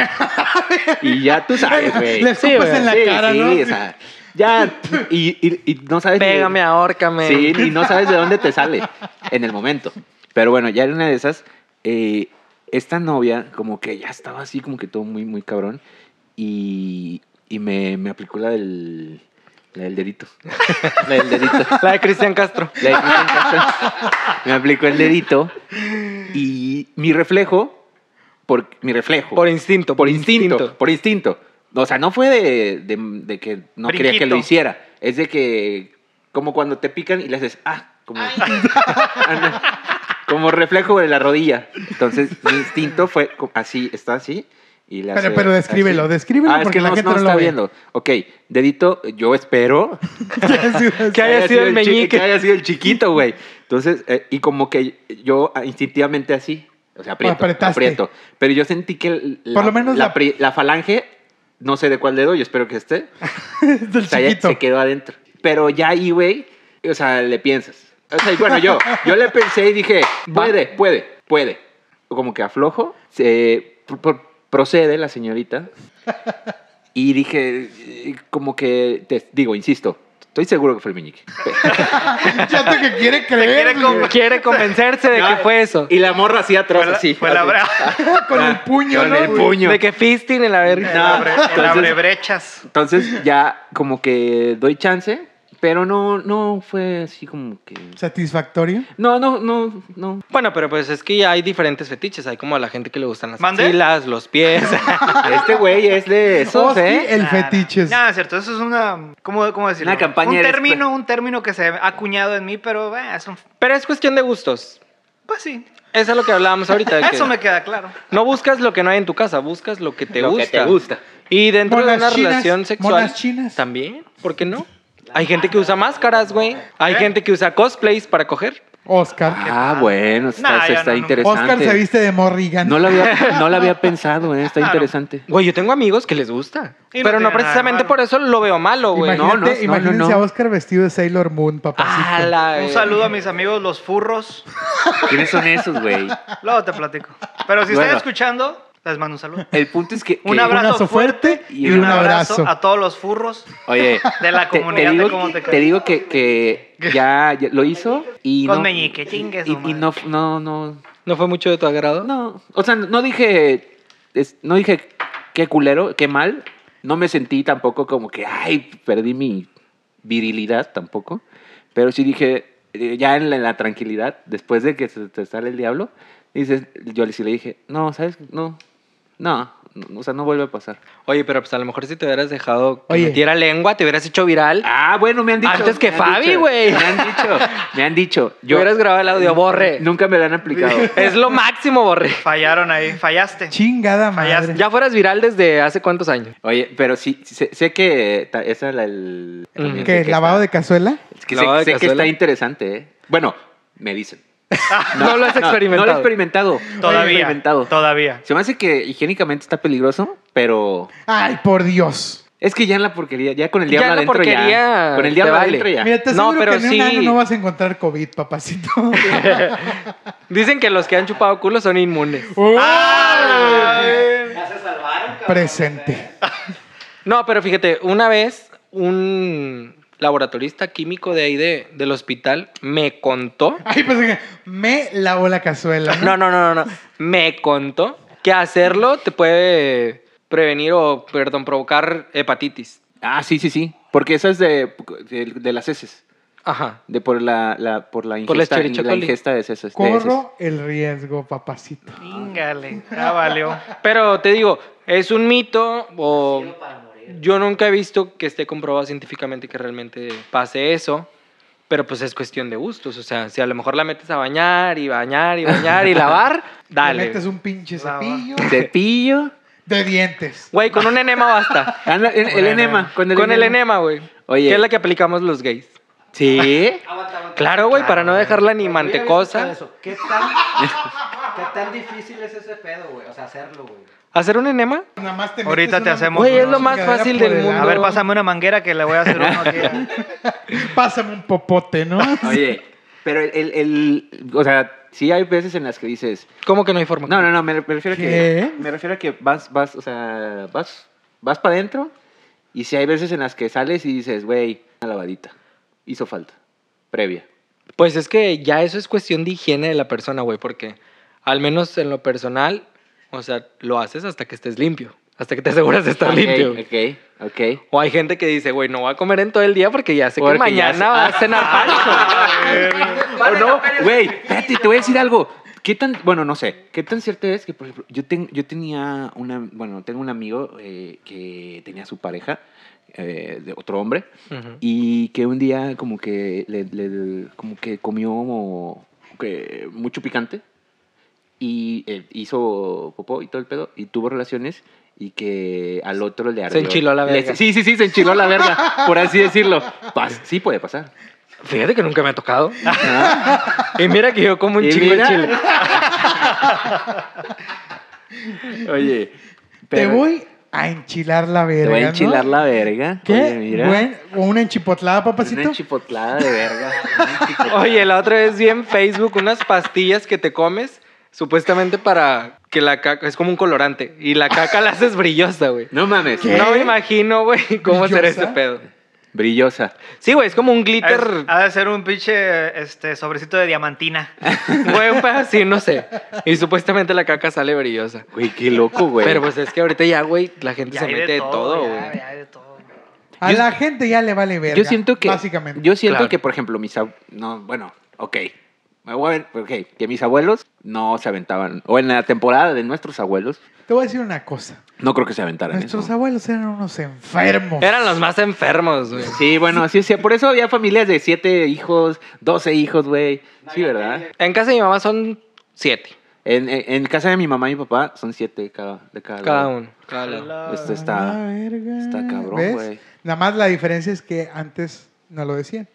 y ya tú sabes, güey. Le escupes güey. en la cara, sí, ¿no? o sea, ya. Y, y- y no sabes. ni- Pégame, ahórcame. Sí, y no sabes de dónde te sale en el momento. Pero bueno, ya en una de esas, eh, esta novia, como que ya estaba así, como que todo muy, muy cabrón. Y, y me, me aplicó la del. La del dedito. [LAUGHS] La del dedito. La de Cristian Castro. Le- me aplicó el dedito y mi reflejo, por mi reflejo, Por instinto. por por instinto. O sea, no fue de, de- de que no quería que Brinquito. lo hiciera. Es de que, como cuando te pican y le haces, ah, como, [LAUGHS] Anda. como reflejo de la rodilla. Entonces, mi instinto fue co- así, está así. Y le [LAUGHS] Pero, hace pero descríbelo, así. descríbelo Ah, es porque que la no, gente no no lo está ve. [LAUGHS] viendo. Ok, dedito, yo espero [LAUGHS] Que haya sido el chi- meñique. Que haya sido el chiquito, güey. Entonces, eh, y como que yo ah, instintivamente así, o sea, aprieto, Apretaste. aprieto. Pero yo sentí que el- la, Por lo menos la, la- pri- la falange, no sé de cuál dedo, yo espero que esté, Del o sea, ya chiquito. se quedó adentro. Pero ya ahí, güey, o sea, le piensas. O sea, y bueno, yo, yo le pensé y dije, puede, puede, puede. Como que aflojo, se, pr- pr- procede la señorita. Y dije, eh, como que, te digo, insisto, estoy seguro que fue el meñique. [LAUGHS] Chato que quiere creer. quiere con- güey, Quiere convencerse de que fue eso. Y la morra así atrás, Fue la, así. fue la así. bra- con el puño, Con ¿no? el güey? puño. De que fisting en la verga. [LAUGHS] el abre- el entonces- abrebrechas. Entonces ya como que doy chance, pero no, no fue así como que... Satisfactorio. No, no, no, no. Bueno, pero pues es que ya hay diferentes fetiches. Hay como a la gente que le gustan las ¿Mande? axilas, los pies. [LAUGHS] Este güey es de esos, Hostia, ¿eh? El Nah, fetiches. nah, no es cierto. Eso es una. ¿Cómo, cómo decirlo? Una campaña Un de- término, un término que se ha acuñado en mí, pero eh, es un- pero es cuestión de gustos. Pues sí. Eso es lo que hablábamos ahorita. de que Eso me queda claro. No buscas lo que no hay en tu casa, buscas lo que te Lo gusta. que te gusta. Y dentro de Monas una chinas, relación sexual. monas chinas. ¿Eh? También, ¿por qué no? Hay gente que usa máscaras, güey. Hay gente que usa cosplays para coger. Oscar. Ah, padre. bueno, está, Nah, eso ya está no, no. interesante. Oscar se viste de Morrigan. No [LAUGHS] lo había, no lo había pensado, ¿eh? está Claro. interesante. Güey, yo tengo amigos que les gusta. Y pero no no tiene nada de precisamente malo. por eso lo veo malo, güey. imagínate No, no. no, no, imagínense no. a Oscar vestido de Sailor Moon, papacito. Ah, la- Un saludo a mis amigos los furros. ¿Quiénes son esos, güey? Luego te platico. Pero si Bueno. están escuchando, les mando un saludo. El punto es que. que- Un Un abrazo abrazo fuerte fuerte y un abrazo. a todos los furros Oye, de la te, te comunidad de digo, cómo te, te digo que, que ya, ya lo hizo y Con no. meñique, chingue su y, y madre. no, no, no, ¿No fue mucho de tu agrado? no. O sea, no dije. es- no dije qué culero, qué mal. No me sentí tampoco como que, ay, perdí mi virilidad tampoco. Pero sí dije, eh, ya en la, en la tranquilidad, después de que se te sale el diablo, dices, yo sí le dije, no, ¿sabes? No, no, no, o sea, no vuelve a pasar. Oye, pero pues a lo mejor si te hubieras dejado que Oye. metiera lengua, te hubieras hecho viral. Ah, bueno, me han dicho. Antes que me han Fabi, dicho, güey. Me han dicho, me [LAUGHS] han dicho. yo hubieras grabado el audio, borre. Nunca me lo han [LAUGHS] aplicado. Es lo máximo, borre. fallaron ahí. Fallaste. Chingada madre. Ya fueras viral desde hace cuántos años. Oye, pero sí, sé, sé que ta- esa la el Ujú. ¿Qué? Mm, ¿Lavado de cazuela? Es que sé, Lavado de sé que cazuela. está interesante, ¿eh? Bueno, me dicen. [LAUGHS] No, lo has No, No, experimentado. lo he experimentado. No lo he Todavía. experimentado. Todavía. Se me hace que higiénicamente está peligroso, pero Ay, por Dios. es que ya en la porquería, ya con el Ya diablo en la adentro ya. porquería Con el te diablo vale. adentro ya. Mira, te No, aseguro pero que en sí. un año no vas a encontrar COVID, papacito. [LAUGHS] Dicen que los que han chupado culo son inmunes. Oh, Ya se salvaron, cabrón. presente. No, pero fíjate, una vez un laboratorista químico de ahí de- del hospital me contó. Ay, pues que me lavó la cazuela. No, no, no, no, no. Me contó que hacerlo te puede prevenir o, perdón, provocar hepatitis. Ah, sí, sí, sí. Porque esa es de, de, de las heces. Ajá. De por la, la- por la Por las ingesta, la chorichocoli. ingesta de heces. de heces. Corro el riesgo, papacito. Chingale. Ya Ah, valió. Pero te digo, es un mito o Quiero para morir. yo nunca he visto que esté comprobado científicamente que realmente pase eso. Pero pues es cuestión de gustos, o sea, si a lo mejor la metes a bañar y bañar y bañar y lavar, Le [LAUGHS] dale. metes un pinche Lava. cepillo Cepillo. de dientes. Güey, con un enema basta. Ah, no, el, el Bueno. enema. [LAUGHS] Con el con el enema. enema, güey. Oye. Que es la que aplicamos los gays. Sí. [LAUGHS] Aguanta, aguanta. Claro, güey, para no dejarla ni Yo ya había escuchado mantecosa. eso. ¿Qué tan, ¿Qué tan difícil es ese pedo, güey? O sea, hacerlo, güey. ¿Hacer un enema? Nada más te metes Ahorita te una hacemos Güey, es unos. lo más chingadera fácil por del el mundo. ano. A ver, pásame una manguera que le voy a hacer uno aquí. Pásame un popote, [LAUGHS] ¿no? Oye, pero el, el, el- O sea, sí hay veces en las que dices. ¿Cómo que no hay forma? No, no, no, me, me refiero a que. ¿Qué? Me refiero a que vas, vas, o sea, vas, vas para adentro. Y sí hay veces en las que sales y dices, güey, una lavadita. Hizo falta. Previa. Pues es que ya eso es cuestión de higiene de la persona, güey, porque al menos en lo personal, o sea, lo haces hasta que estés limpio, hasta que te aseguras de estar Ok, limpio. güey. Ok, ok. O hay gente que dice, güey, no voy a comer en todo el día porque ya sé Porque que ya mañana sé- Ah. va a cenar pancho. O no, güey, espérate, te voy a decir algo. ¿Qué tan, bueno, no sé, qué tan cierto es que, por ejemplo, yo, ten- yo tenía una, bueno, tengo un amigo eh, que tenía su pareja, eh, de otro hombre, [LAUGHS] Ujú. y que un día como que, le, le- como que comió como que mucho picante y eh, hizo popó y todo el pedo y tuvo relaciones y que al otro le ardió. enchiló la le- verga. sí, sí, sí, se enchiló la verga, por así decirlo. Pas- sí puede pasar. Fíjate que nunca me ha tocado. [LAUGHS] y mira que yo como un Ah. Y chingo de mira. chile. [LAUGHS] Oye, Te pero- voy a enchilar la verga. Te voy a ¿no? enchilar la verga. ¿Qué? Oye, mira. Buen- o una enchipotlada, papacito. Una chipotlada [LAUGHS] de verga. una chipotlada. Oye, la otra vez vi en Facebook unas pastillas que te comes supuestamente para que la caca, es como un colorante, y la caca la haces brillosa, güey. No mames. ¿Qué? No me imagino, güey, [LAUGHS] cómo será ¿Brillosa? ese pedo. Brillosa. Sí, güey, es como un Es- glitter, [LAUGHS] ah. ha de ser un pinche este, sobrecito de diamantina. güey, un pedo así, no sé. Y supuestamente la caca sale brillosa. Güey, qué loco, güey. Pero pues es que ahorita ya, güey, la gente Ya se hay mete de todo, ya, güey. ya hay de todo. A Yo- la gente ya le vale verga. yo siento que. Básicamente. Yo siento Claro. que, por ejemplo, mis ab- No, bueno, ok. Me voy a ver, ok. Que mis abuelos no se aventaban. O en la temporada de nuestros abuelos, Te voy a decir una cosa. no creo que se aventaran. Nuestros eso. abuelos eran unos enfermos. Eran los más enfermos, güey. Sí, bueno, sí, sí. Por eso había familias de siete hijos, 12 hijos, güey. Sí, ¿verdad? En casa de mi mamá son siete, En, en, en casa de mi mamá y mi papá son siete cada, de cada, cada lado. uno. Cada lado. Esto A está. la verga. está cabrón, ¿Ves? güey. Nada más la diferencia es que antes no lo decían.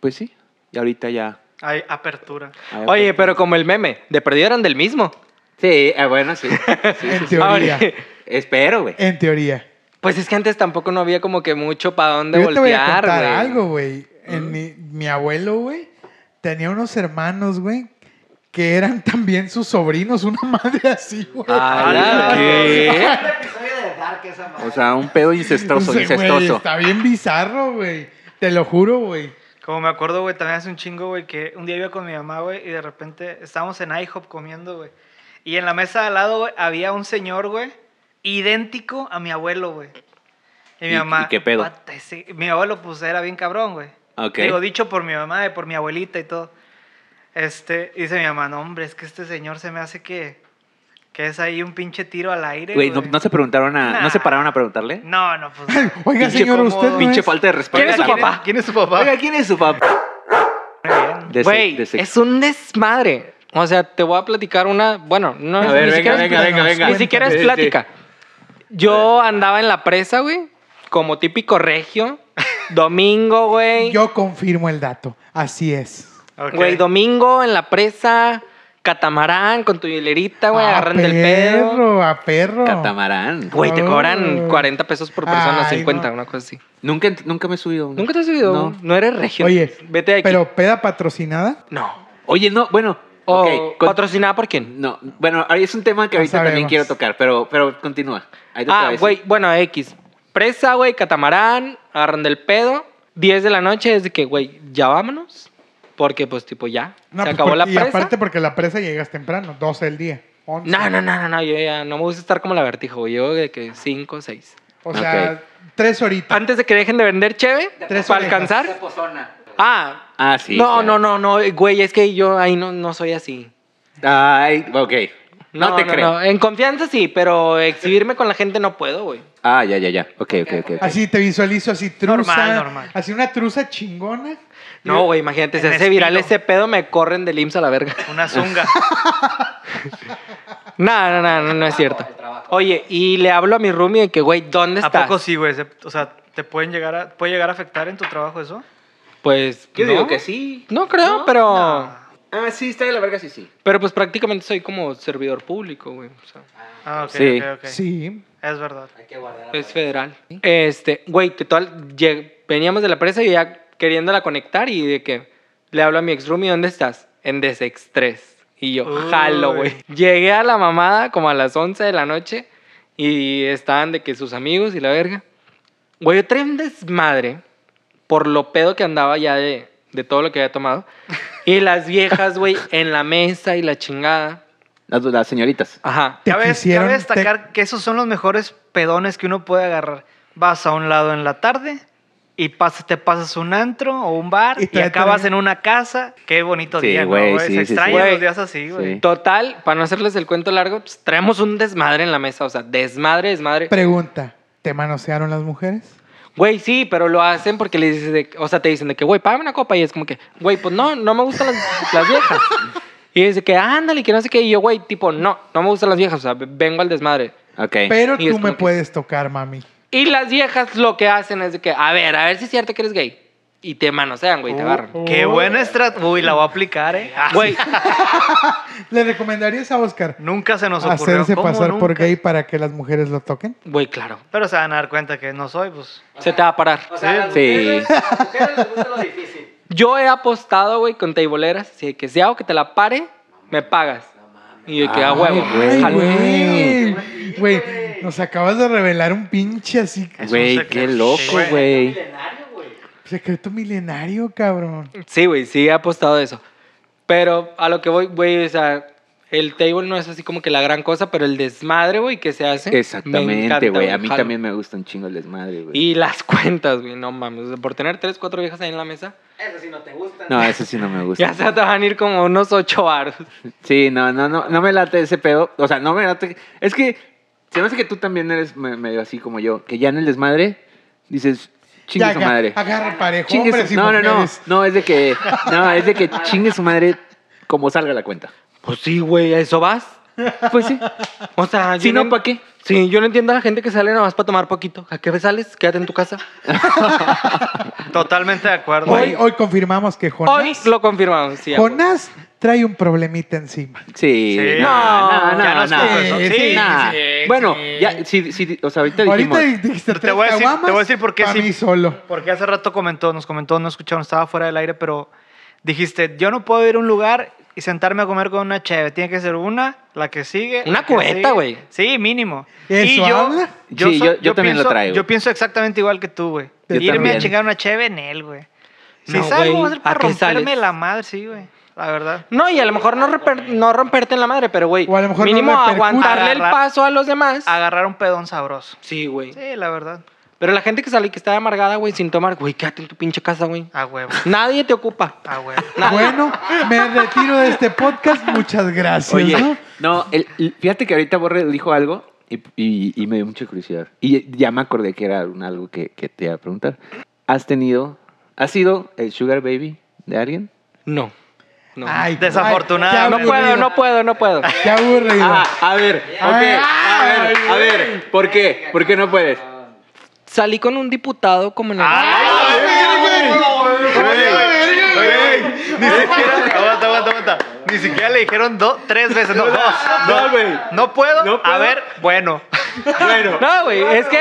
Pues sí, y ahorita ya Hay apertura. Hay Oye, apertura. pero como el meme, de perdido eran del mismo. Sí, ah, bueno, sí. sí, [LAUGHS] En sí. teoría. Ahora- [LAUGHS] Espero, güey. En teoría. Pues es que antes tampoco no había como que mucho para dónde Yo te voy a voltear, contar güey. algo, güey. En Mi, mi abuelo, güey, tenía unos hermanos, güey, que eran [LAUGHS] también sus sobrinos, una madre así, güey. A la Ah, ¿qué? Un episodio de Dark esa madre. O sea, un pedo incestuoso, Ese, güey, incestuoso. Está bien bizarro, güey. Te lo juro, güey. Como me acuerdo, güey, también hace un chingo, güey, que un día iba con mi mamá, güey, y de repente estábamos en IHOP comiendo, güey. Y en la mesa de al lado, güey, había un señor, güey, idéntico a mi abuelo, güey. Y mi ¿Y- mamá. y qué pedo? "What ese-". Mi abuelo, pues, era bien cabrón, güey. Ok. Digo, dicho por mi mamá y por mi abuelita y todo. Este, dice mi mamá, no, hombre, es que este señor se me hace que, que es ahí un pinche tiro al aire, Güey, no, no se preguntaron a. Nah. No se pararon a preguntarle. No, no, [LAUGHS] pues. Oiga, Pinche señor, cómodo, usted. no Pinche es- falta de respeto. ¿Quién es su Oiga, papá? ¿Quién es su papá? Oiga, ¿quién es su papá? De ese- Güey, de ese- es un desmadre. O sea, te voy a platicar una. Bueno, no A es- ver, ni venga, siquiera es- venga, venga, venga. Ni siquiera es Este- plática. Yo andaba en la presa, güey, como típico [LAUGHS] regio. Domingo, güey. Yo confirmo el dato. Así es. Ok. Güey, domingo en la presa, catamarán con tu hilerita, güey, agarrando el pedo. Ah, perro, a perro. Catamarán. Güey, te cobran Oh. 40 pesos por persona, Ay, 50, no. una cosa así. Nunca, nunca me he subido. a uno. Nunca te has subido, No. no, no eres regio. Oye, vete de aquí. Pero peda patrocinada. no. Oye, no, bueno. O ok, con- patrocinada por quién? No, bueno, ahí es un tema que No ahorita también sabemos. quiero tocar, pero, pero continúa. Ahí te Ah, atravieso. güey, bueno, X. Presa, güey, catamarán, agarran del pedo. 10 de la noche es de que, güey, ya vámonos. Porque, pues, tipo, ya. No, se pues, acabó la porque- presa. Y aparte porque la presa llegas temprano, 12 del día. 11. No, no, no, no, no, yo ya no me gusta estar como la vertijo, güey. Yo de que 5, 6. O sea, tres horitas. Antes de que dejen de vender cheve, Tres para orejas. alcanzar. Ah, Ah, sí. no, claro. no, no, no, güey, es que yo ahí no, no soy así. Ay, ok. No, te creo. no. En confianza sí, pero exhibirme con la gente no puedo, güey. Ah, ya, ya, ya. Ok, ok, ok. ok. Así te visualizo, así truza. Normal, normal. Así una truza chingona. No, güey, imagínate, El se hace viral respiro. ese pedo, me corren del IMSS a la verga. Una zunga. [LAUGHS] No, no, no, no, no es cierto. Oye, y le hablo a mi roomie de que, güey, ¿dónde ¿A estás? poco sí, güey? Se- O sea, ¿te pueden llegar a, puede llegar a afectar en tu trabajo eso? Pues, Yo no. digo que sí. No creo, pero... Ah, sí, está de la verga, sí, sí. Pero pues prácticamente soy como servidor público, güey. o sea, Ah, ok, Sí. ok, ok. Sí. Es verdad. es federal. Este, güey, total, lleg- veníamos de la presa y ya queriéndola conectar y de que le hablo a mi ex roomie, ¿dónde estás? En Desex 3. Y yo, Uy. jalo, güey. Llegué a la mamada como a las 11 de la noche y estaban de que sus amigos y la verga. Güey, yo traía un desmadre por lo pedo que andaba ya de, de todo lo que había tomado. Y las viejas, güey, en la mesa y la chingada. Las, las señoritas. Ajá. Te Cabe, quisieron, cabe te- destacar que esos son los mejores pedones que uno puede agarrar. Vas a un lado en la tarde y pas- te pasas un antro o un bar Y y, te- acabas te- en una casa. Qué bonito Sí, día, ¿no, güey, güey. sí, Se sí, sí. extrañan Güey. los días así, güey. Sí. Total, para no hacerles el cuento largo, pues, traemos un desmadre en la mesa, o sea, desmadre, desmadre. Pregunta, ¿te manosearon las mujeres? Güey, sí, pero lo hacen porque les dicen, de- o sea, te dicen de que, güey, págame una copa y es como que, güey, pues no, no me gustan las, las viejas. Y dice que, ándale, que no sé qué, y yo, güey, tipo, no, no me gustan las viejas, o sea, vengo al desmadre. Ok. Pero Y es tú como me que- puedes tocar, mami. Y las viejas lo que hacen es de que, a ver, a ver si es cierto que eres gay. Y te manosean, güey, te agarran. Qué Oh. buena estrategia. Uy, la voy a aplicar, ¿eh? Ah, Güey, ¿Le recomendarías a Oscar Nunca se nos ocurrió. hacerse ¿Cómo pasar por nunca? gay para que las mujeres lo toquen? güey, claro, Pero se van a dar cuenta que no soy, pues. se te va a parar. Sí. [LAUGHS] Yo he apostado, güey, con teiboleras. Así de que si hago que te la pare, me pagas. Y de que a Ay, huevo. güey. jalo. Ay, güey. Güey, nos acabas de revelar un pinche así. Es un Güey, secreto. qué loco, Sí, güey. Secreto milenario, cabrón. Sí, güey, sí he apostado eso. Pero a lo que voy, güey, o sea, el table no es así como que la gran cosa, pero el desmadre, güey, que se hace. me encanta, Exactamente, güey. A mí jalo. también me gusta un chingo el desmadre, güey. Y las [LAUGHS] cuentas, güey, no mames. o sea, por tener tres, cuatro viejas ahí en la mesa, No, eso Pues sí no me gusta. ya se te van a ir como unos ocho baros. Sí, no, no, no, no me late ese pedo. O sea, no me late. Es que se me hace que tú también eres me- medio así como yo, que ya en el desmadre dices, chingue Ya, su aga- madre. Agarra parejo, Chingue hombres su y No, no, no. mujeres. No, es de que, no, es de que chingue su madre como salga la cuenta. Pues sí, güey, a eso vas. Pues sí. O sea, yo Si no, en- ¿pa' qué? Sí, yo no entiendo a la gente que sale nada más para tomar poquito. ¿A qué sales? Quédate en tu casa. Totalmente de acuerdo. Hoy, hoy confirmamos que Hoy Jonás, lo confirmamos. Sí, a huevo. Jonás trae un problemita encima. Sí. Sí. No, Ya no, no. nos confesó. no. Sí, sí, Nah. sí, Bueno, sí. ya, sí, sí, o sea, ahorita dijimos. Ahorita dijiste Te tres voy a decir- caguamas te voy a decir por qué pa' sí. mí solo. Porque hace rato comentó, nos comentó, no escucharon, estaba fuera del aire, pero dijiste, yo no puedo ir a un lugar y sentarme a comer con una cheve. Tiene que ser una, la que sigue. Una la que cubeta, sigue". güey. Sí, mínimo. ¿Eso habla? Sí, yo- yo también lo pienso- traigo. Yo pienso exactamente igual que tú, güey. Yo Irme también. a chingar una cheve en él, güey. Si No, salgo, güey, va a ser ¿a para qué romperme sales? la madre, sí, güey. La verdad. No, y a lo mejor no, reper- no romperte en la madre, pero güey, O a lo mejor no mínimo repercute. aguantarle el Agarrar- paso a los demás. Agarrar un pedón sabroso. Sí, güey. Sí, la verdad. Pero la gente que sale y que está amargada, güey, sin tomar, güey, quédate en tu pinche casa, güey. A huevo. Nadie te ocupa. A huevo. Bueno, me retiro de este podcast. Muchas gracias. ¿no? Oye, Ah. no, el- el- fíjate que ahorita Borre dijo algo y, y- y me dio mucha curiosidad. Y ya me acordé que era un- algo que, que te iba a preguntar. ¿Has tenido, has sido el sugar baby de alguien? No. No. Ay, Desafortunada, ay, qué no güey. puedo, aburrido, no puedo, no puedo. Qué aburrido. Ah, a ver, ok, a Ay, ver, a ver, ¿por qué? ¿Por qué no puedes? Salí con un diputado como en el. Güey, Ni Pues siquiera. Aguanta, aguanta, aguanta. Ni siquiera le dijeron dos, tres veces. No, dos. No, No, güey. No puedo. No puedo. A ver, bueno. Bueno, No, güey, es que.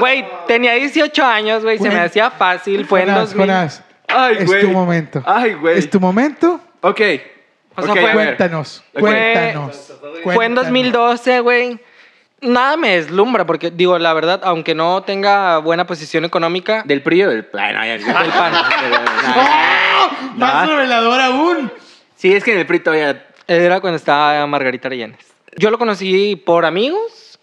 Güey, tenía 18 años, güey, se Güey. me hacía fácil. Fue en Jonás, 2000. Jonás, ay, es güey. tu momento. Ay, güey. Es tu momento. Ok. O sea, fue- ok, a ver. Cuéntanos, Ok. cuéntanos. Fue en cuéntanos. 2012, güey. Nada me deslumbra, porque digo, la verdad, aunque no tenga buena posición económica, ¿Del PRI o del PAN? Ay, no, ya- Del PAN. [LAUGHS] Pero, ¡Oh! no. Más revelador aún. Sí, es que en el PRI todavía... Era cuando estaba Margarita Arellanes. Yo lo conocí por amigos,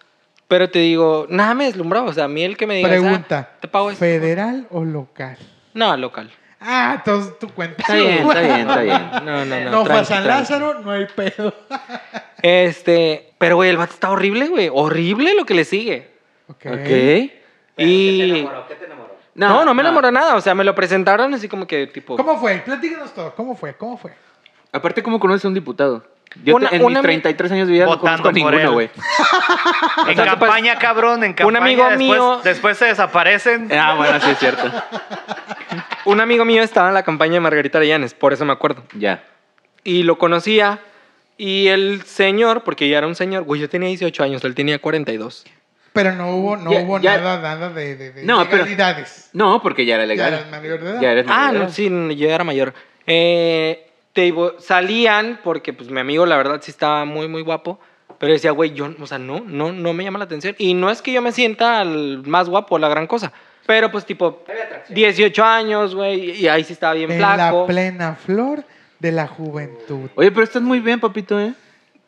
pero te digo, nada me deslumbraba. O sea, a mí el que me diga, Pregunta. "Ah, te pago esto". ¿Federal o local? No, local. Ah, entonces tú cuentas. Está bien, está bien, está bien. No, no, no. No, fue a tranqui, San tranqui. Lázaro, no hay pedo. Este, pero güey, el vato está horrible, güey. Horrible lo que le sigue. Ok. Ok. Y. No, no, me enamoró nada. O sea, me lo presentaron así como que tipo. ¿Cómo fue? Platícanos todo. ¿ómo fue? ¿Cómo fue? Aparte, ¿cómo conoces a un diputado? Yo Una- te- en una mis ami- 33 años de vida no Votando conozco a por ninguno, él. güey. En sea, ¿qué pasa? campaña, cabrón. En campaña. amigo después, mío- Después se desaparecen. Ah, bueno, sí es cierto. Un amigo mío estaba en la campaña de Margarita Arellanes, por eso me acuerdo. Ya. y lo conocía. Y el señor, porque ya era un señor, güey, yo tenía 18 años, él tenía 42. Pero no hubo, no Ya- hubo ya- nada, nada de, de, de No, pero- legalidades. No, porque ya era Ya legal. eras mayor de edad. Ya eres Ah, mayor de no, edad. sí, no, yo era mayor. Eh, te digo, salían, porque pues mi amigo, la verdad, sí estaba muy, muy guapo. Pero decía, güey, yo, o sea, no, no, no me llama la atención. Y no es que yo me sienta al más guapo, la gran cosa. Pero pues tipo, 18 años, güey, y ahí sí estaba bien en la flaco. plena flor de la juventud. Oye, pero estás muy bien, papito, ¿eh?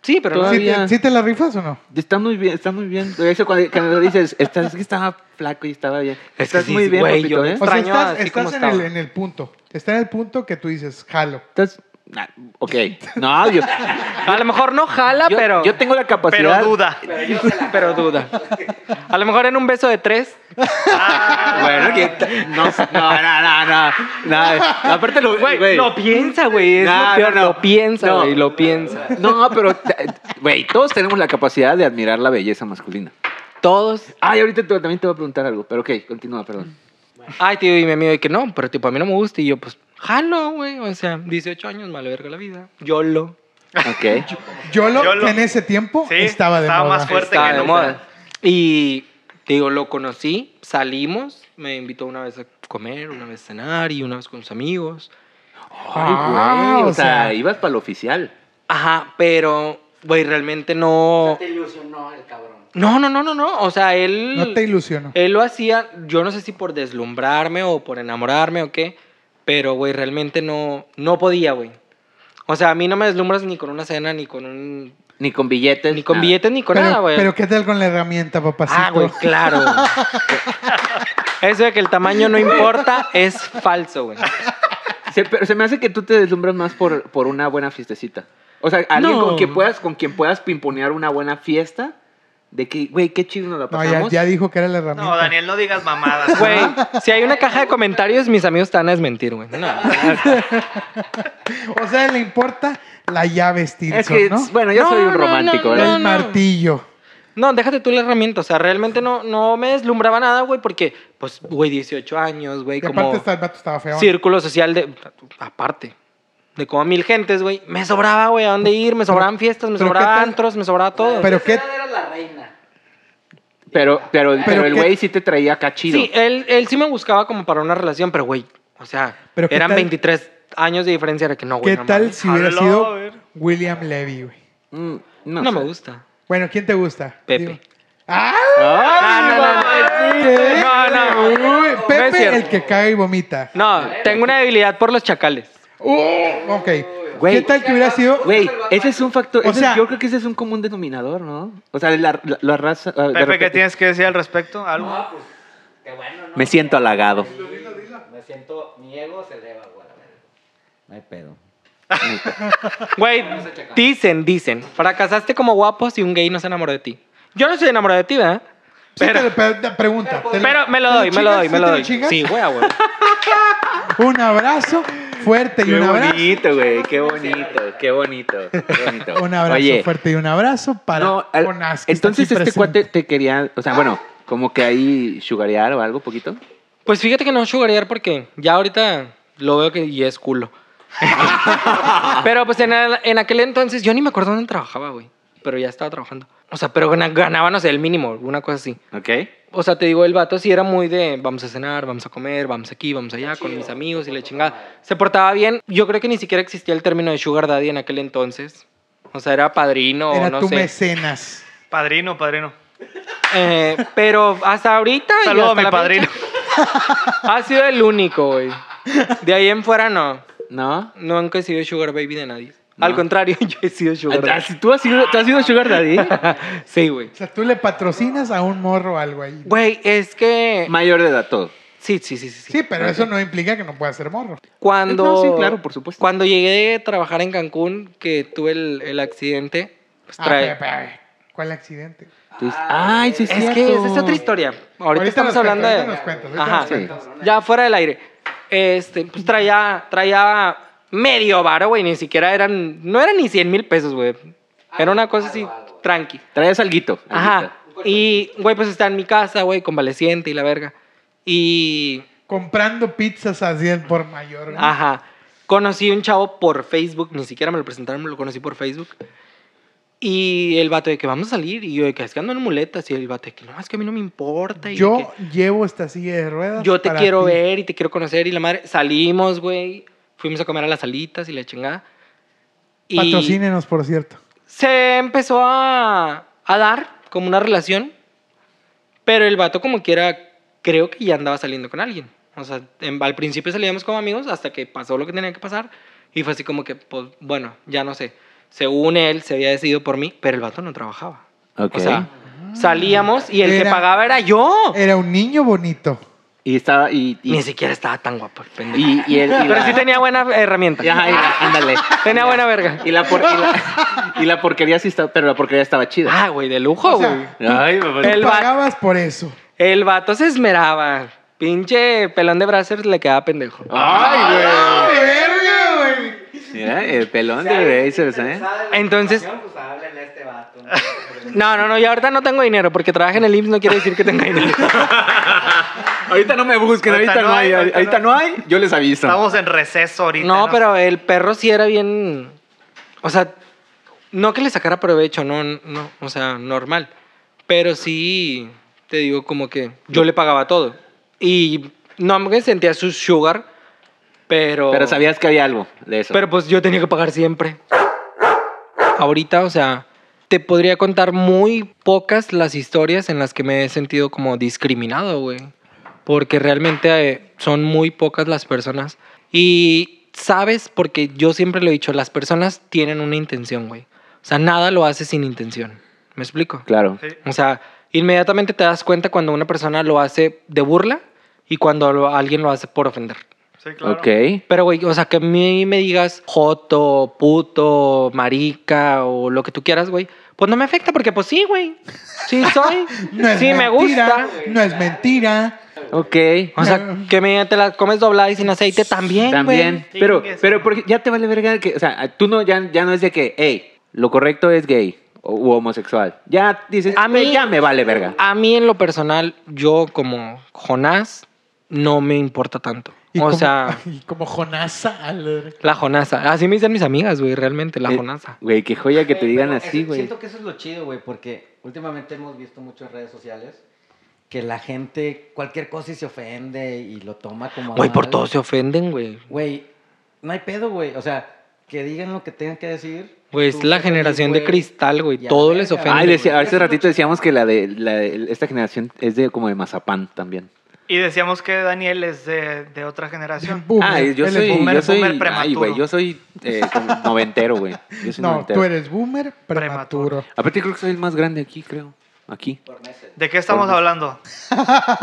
Sí, pero no. Toda- ¿Sí todavía- te, sí te la rifas o no? Estás muy bien, estás muy bien. Eso cuando, cuando dices, estás es que estaba flaco y estaba bien. que Estás sí, muy bien, güey, papito, yo- ¿eh? O sea, Extraño estás, así como estás en, el, estaba. en el punto. Está en el punto que tú dices, jalo. Estás... ah, ok. No, yo... A lo mejor [LAUGHS] no jala, yo- pero, Yo tengo la capacidad... Pero duda. [LAUGHS] pero duda. A lo mejor en un beso de tres, Ah, Bueno, que... t- No, no, no, no, no. no. Aparte lo... Güey, Ah, lo piensa, güey. Es No, lo peor. no, no. Lo piensa, No. güey. Lo piensa. No, pero... eh, Güey, todos tenemos la capacidad de admirar la belleza masculina. Todos. Ay, ahorita te- también te voy a preguntar algo, pero ok, continúa, perdón. Ay, tío, y mi amigo, de que no, pero tipo, a mí no me gusta. Y yo, pues, jalo, güey. O sea, 18 años, mal verga la vida. YOLO. Ok. Yolo, Yolo. que en ese tiempo Sí, estaba de estaba moda. más fuerte. Estaba que de no, moda. Y, te digo, lo conocí, salimos. Me invitó una vez a comer, una vez a cenar y una vez con sus amigos. Ay, Ah, güey, o sea, ibas para lo oficial. Ajá, pero, güey, realmente no. Te ilusionó el cabrón. No, no, no, no, no. O sea, él. no te ilusionó. Él lo hacía, yo no sé si por deslumbrarme o por enamorarme o qué, pero, güey, realmente no, no podía, güey. O sea, a mí no me deslumbras ni con una cena, ni con un... Ni con billetes. Ni con nada. billetes, ni con pero, nada, güey. pero ¿qué tal con la herramienta, papacito? Ah, güey, claro. güey. Eso de que el tamaño no importa es falso, güey. Se, pero se me hace que tú te deslumbras más por, por una buena fiestecita. O sea, alguien No. con, quien puedas, con quien puedas pimponear una buena fiesta De que, güey, qué chido nos la No, ya, pasamos. ya dijo que era la herramienta. No, Daniel, no digas mamadas. Güey, si hay una caja de comentarios, mis amigos te van a desmentir, güey. No. O sea, le importa la llave, Stilson, Es que, ¿no? bueno, yo No, soy no, un no, romántico, no, ¿verdad? el martillo. No, déjate tú la herramienta. O sea, realmente no, no me deslumbraba nada, güey, porque, pues, güey, 18 años, güey, Y aparte como está, el vato estaba feo. círculo social de. Aparte. De como mil gentes, güey. Me sobraba, güey, a dónde ir. Me sobraban fiestas, me pero ¿qué sobraban tal? antros, me sobraba todo. Pero qué, Era la reina. Pero, pero, pero, Pero eh, el qué- güey sí te traía cachido. Sí, él, él sí me buscaba como para una relación, pero, güey, o sea, Pero ¿qué eran tal- 23 años de diferencia. Era que no, güey. ¿qué no tal Ah, mames. si hubiera Aló, a sido ver. William Levy, güey? Mm, No, no me sé. gusta. Bueno, ¿quién te gusta? Pepe. Digo. ¡Ah! Ah, No, no, no, no. ¿Qué? No, no. Uy, No es Pepe, cierto. el que caga y vomita. No, tengo una debilidad por los chacales. Uh, ok. Güey. ¿Qué tal que hubiera sido? Güey, ese es un factor. O ese- sea- yo creo que ese es un común denominador, ¿no? O sea, la, la- la raza. ah, de Pepe, ¿qué repente- tienes que decir al respecto? ¿Algo? Qué bueno, ¿no? Me siento halagado. Me siento, mi ego se eleva, güey. a la verga. No hay pedo. Güey, dicen, dicen. Fracasaste como guapo si un gay no se enamoró de ti. Yo no estoy enamorado de ti, ¿verdad? Sí, Pero- te lo pe- te pregunta. ¿te Pero me lo te doy, me lo chingas? doy, ¿Sí me te lo doy. chingas? Sí, güey, güey. Un abrazo fuerte y Qué un abrazo. bonito, güey. Qué bonito, qué bonito. Qué bonito. [LAUGHS] Un abrazo Oye, fuerte y un abrazo para no, al- Jonas, que está entonces aquí este presente. cuate te quería. O sea, bueno, como que ahí sugarear o algo poquito. Pues fíjate que no sugarear porque ya ahorita lo veo que y es culo. [LAUGHS] pero pues en, el- en aquel entonces yo ni me acuerdo dónde trabajaba, güey. Pero ya estaba trabajando. O sea, pero gana- ganaba, no sé, el mínimo, una cosa así. ¿Ok? O sea, te digo, el vato sí era muy de vamos a cenar, vamos a comer, vamos aquí, vamos allá, con mis amigos y la chingada. Se portaba bien. Yo creo que ni siquiera existía el término de Sugar Daddy en aquel entonces. O sea, era padrino o Era no tu sé. mecenas. Padrino, padrino. Eh, pero hasta ahorita. y Saludos a hasta mi la padrino. fecha, ha sido el único, güey. De ahí en fuera no. ¿No? No han he sido Sugar Baby de nadie. No. Al contrario, [LAUGHS] yo he sido Sugar Ah, Daddy. si ¿Tú has sido, tú has sido Sugar Daddy? [LAUGHS] Sí, güey. O sea, tú le patrocinas a un morro o algo ahí. Güey, es que. Mayor de edad, todo. Sí, sí, sí, sí. sí. Sí, pero eso no implica que no pueda ser morro. Ah, Cuando, No, sí, claro, por supuesto. Cuando llegué a trabajar en Cancún, que tuve el, el accidente, pues Ah, trae. pero, pero, a ver, ¿Cuál accidente? Tú dices, Ay, sí, es que esa es otra historia. Ahorita, Ahorita estamos nos hablando cuentas, de. ahorita nos cuentas, ahorita Ajá, nos cuentas. ya fuera del aire. Este, pues traía, traía medio varo, güey. Ni siquiera eran. No eran ni 100 mil pesos, güey. Era una cosa así, tranqui. Traías alguito. Ajá. alguito. Y, güey, pues está en mi casa, güey, convaleciente y la verga. Y. Comprando pizzas así al por mayor. ¿no? Ajá. Conocí un chavo por Facebook, ni siquiera me lo presentaron, me lo conocí por Facebook. Y el vato de que vamos a salir, y yo de que es que ando en muletas, y el vato de que no, es que a mí no me importa. Y de que- Yo llevo esta silla de ruedas. yo te para quiero ti. ver y te quiero conocer y la madre. Salimos, güey. Fuimos a comer a las alitas y la chingada. Y Patrocínenos, por cierto. se empezó a, a dar como una relación. Pero el vato como quiera, creo que ya andaba saliendo con alguien. O sea, en- al principio salíamos como amigos hasta que pasó lo que tenía que pasar. Y fue así como que, pues, bueno, ya no sé. Según él, se había decidido por mí, pero el vato no trabajaba. Ok. O sea, salíamos y el que Era- pagaba era yo. Era un niño bonito. Y estaba. Y, Eh, y, Ni siquiera estaba tan guapo el pendejo. y, y él. y Pero la- sí tenía buena herramienta. y ajá, y la- ándale. [LAUGHS] Tenía buena verga. Y la, por- y la- [LAUGHS] y la porquería sí estaba. Pero la porquería estaba chida. Ah, güey, de lujo, O sea, güey. Ay, papá. El Tú va- pagabas por eso. El vato se esmeraba. Pinche pelón de brazos le quedaba pendejo. Ay, ¡Ay, ¡Ah, verga, güey! güey. Mira, el pelón de Razors, ¿eh? Entonces- Pues háblale a este vato. No, no, no, y ahorita no tengo dinero porque trabaja en el IMSS no quiere decir que tenga [LAUGHS] dinero. Ahorita no me busquen, Ahorita ahorita no no hay. hay, ahorita ahorita no hay, yo les aviso. Estamos en receso ahorita. No, pero el perro sí era bien. O sea, no que le sacara provecho, no, no, o sea, normal. Pero sí, te digo, como que yo le pagaba todo. Y no me sentía su sugar, pero. Pero sabías que había algo de eso. Pero pues yo tenía que pagar siempre. Ahorita, o sea, te podría contar muy pocas las historias en las que me he sentido como discriminado, güey. Porque realmente eh, son muy pocas las personas. Y sabes, porque yo siempre lo he dicho, las personas tienen una intención, güey. O sea, nada lo hace sin intención. ¿Me explico? claro. Sí. O sea, inmediatamente te das cuenta cuando una persona lo hace de burla y cuando lo- alguien lo hace por ofender. Sí, claro. Ok. Pero, güey, o sea, que a mí me digas joto, puto, marica o lo que tú quieras, güey. Pues no me afecta porque pues sí, güey. Sí soy. [LAUGHS] No es sí mentira, me gusta. No es mentira. Ok. O sea, que me te la comes doblada y sin aceite también, güey. También. Sí, Pero, que sí. pero porque ya te vale verga que, o sea, tú no, ya, ya no es de que, hey, lo correcto es gay o u homosexual. Ya dices, A a mí- mí ya me vale verga. A mí en lo personal, yo como Jonás, no me importa tanto. Y O como- sea, [LAUGHS] Y como Jonasa. a la- la Jonasa. Así me dicen mis amigas, güey, realmente, la Eh, Jonasa. Güey, qué joya que te Güey, digan pero es- así, güey. Siento que eso es lo chido, güey, porque últimamente hemos visto mucho en redes sociales que la gente, cualquier cosa y se ofende y lo toma como... a Güey, por mal. todo se ofenden, güey. Güey, no hay pedo, güey. O sea, que digan lo que tengan que decir. Güey, es Tú Pues la sé feliz, generación de güey. cristal, güey. Ya, Todo les verga, ofende. Ay, güey. decía, hace ratito decíamos que la de la de esta generación es de como de mazapán también. Y decíamos que Daniel es de, de otra generación. Boomer. Ah, yo Él es soy, boomer, yo soy, boomer ay, prematuro. güey, yo soy eh, como noventero, güey. Yo soy No, noventero. tú eres boomer prematuro. Aparte creo que soy el más grande aquí, creo. Aquí, ¿De qué estamos Por- hablando?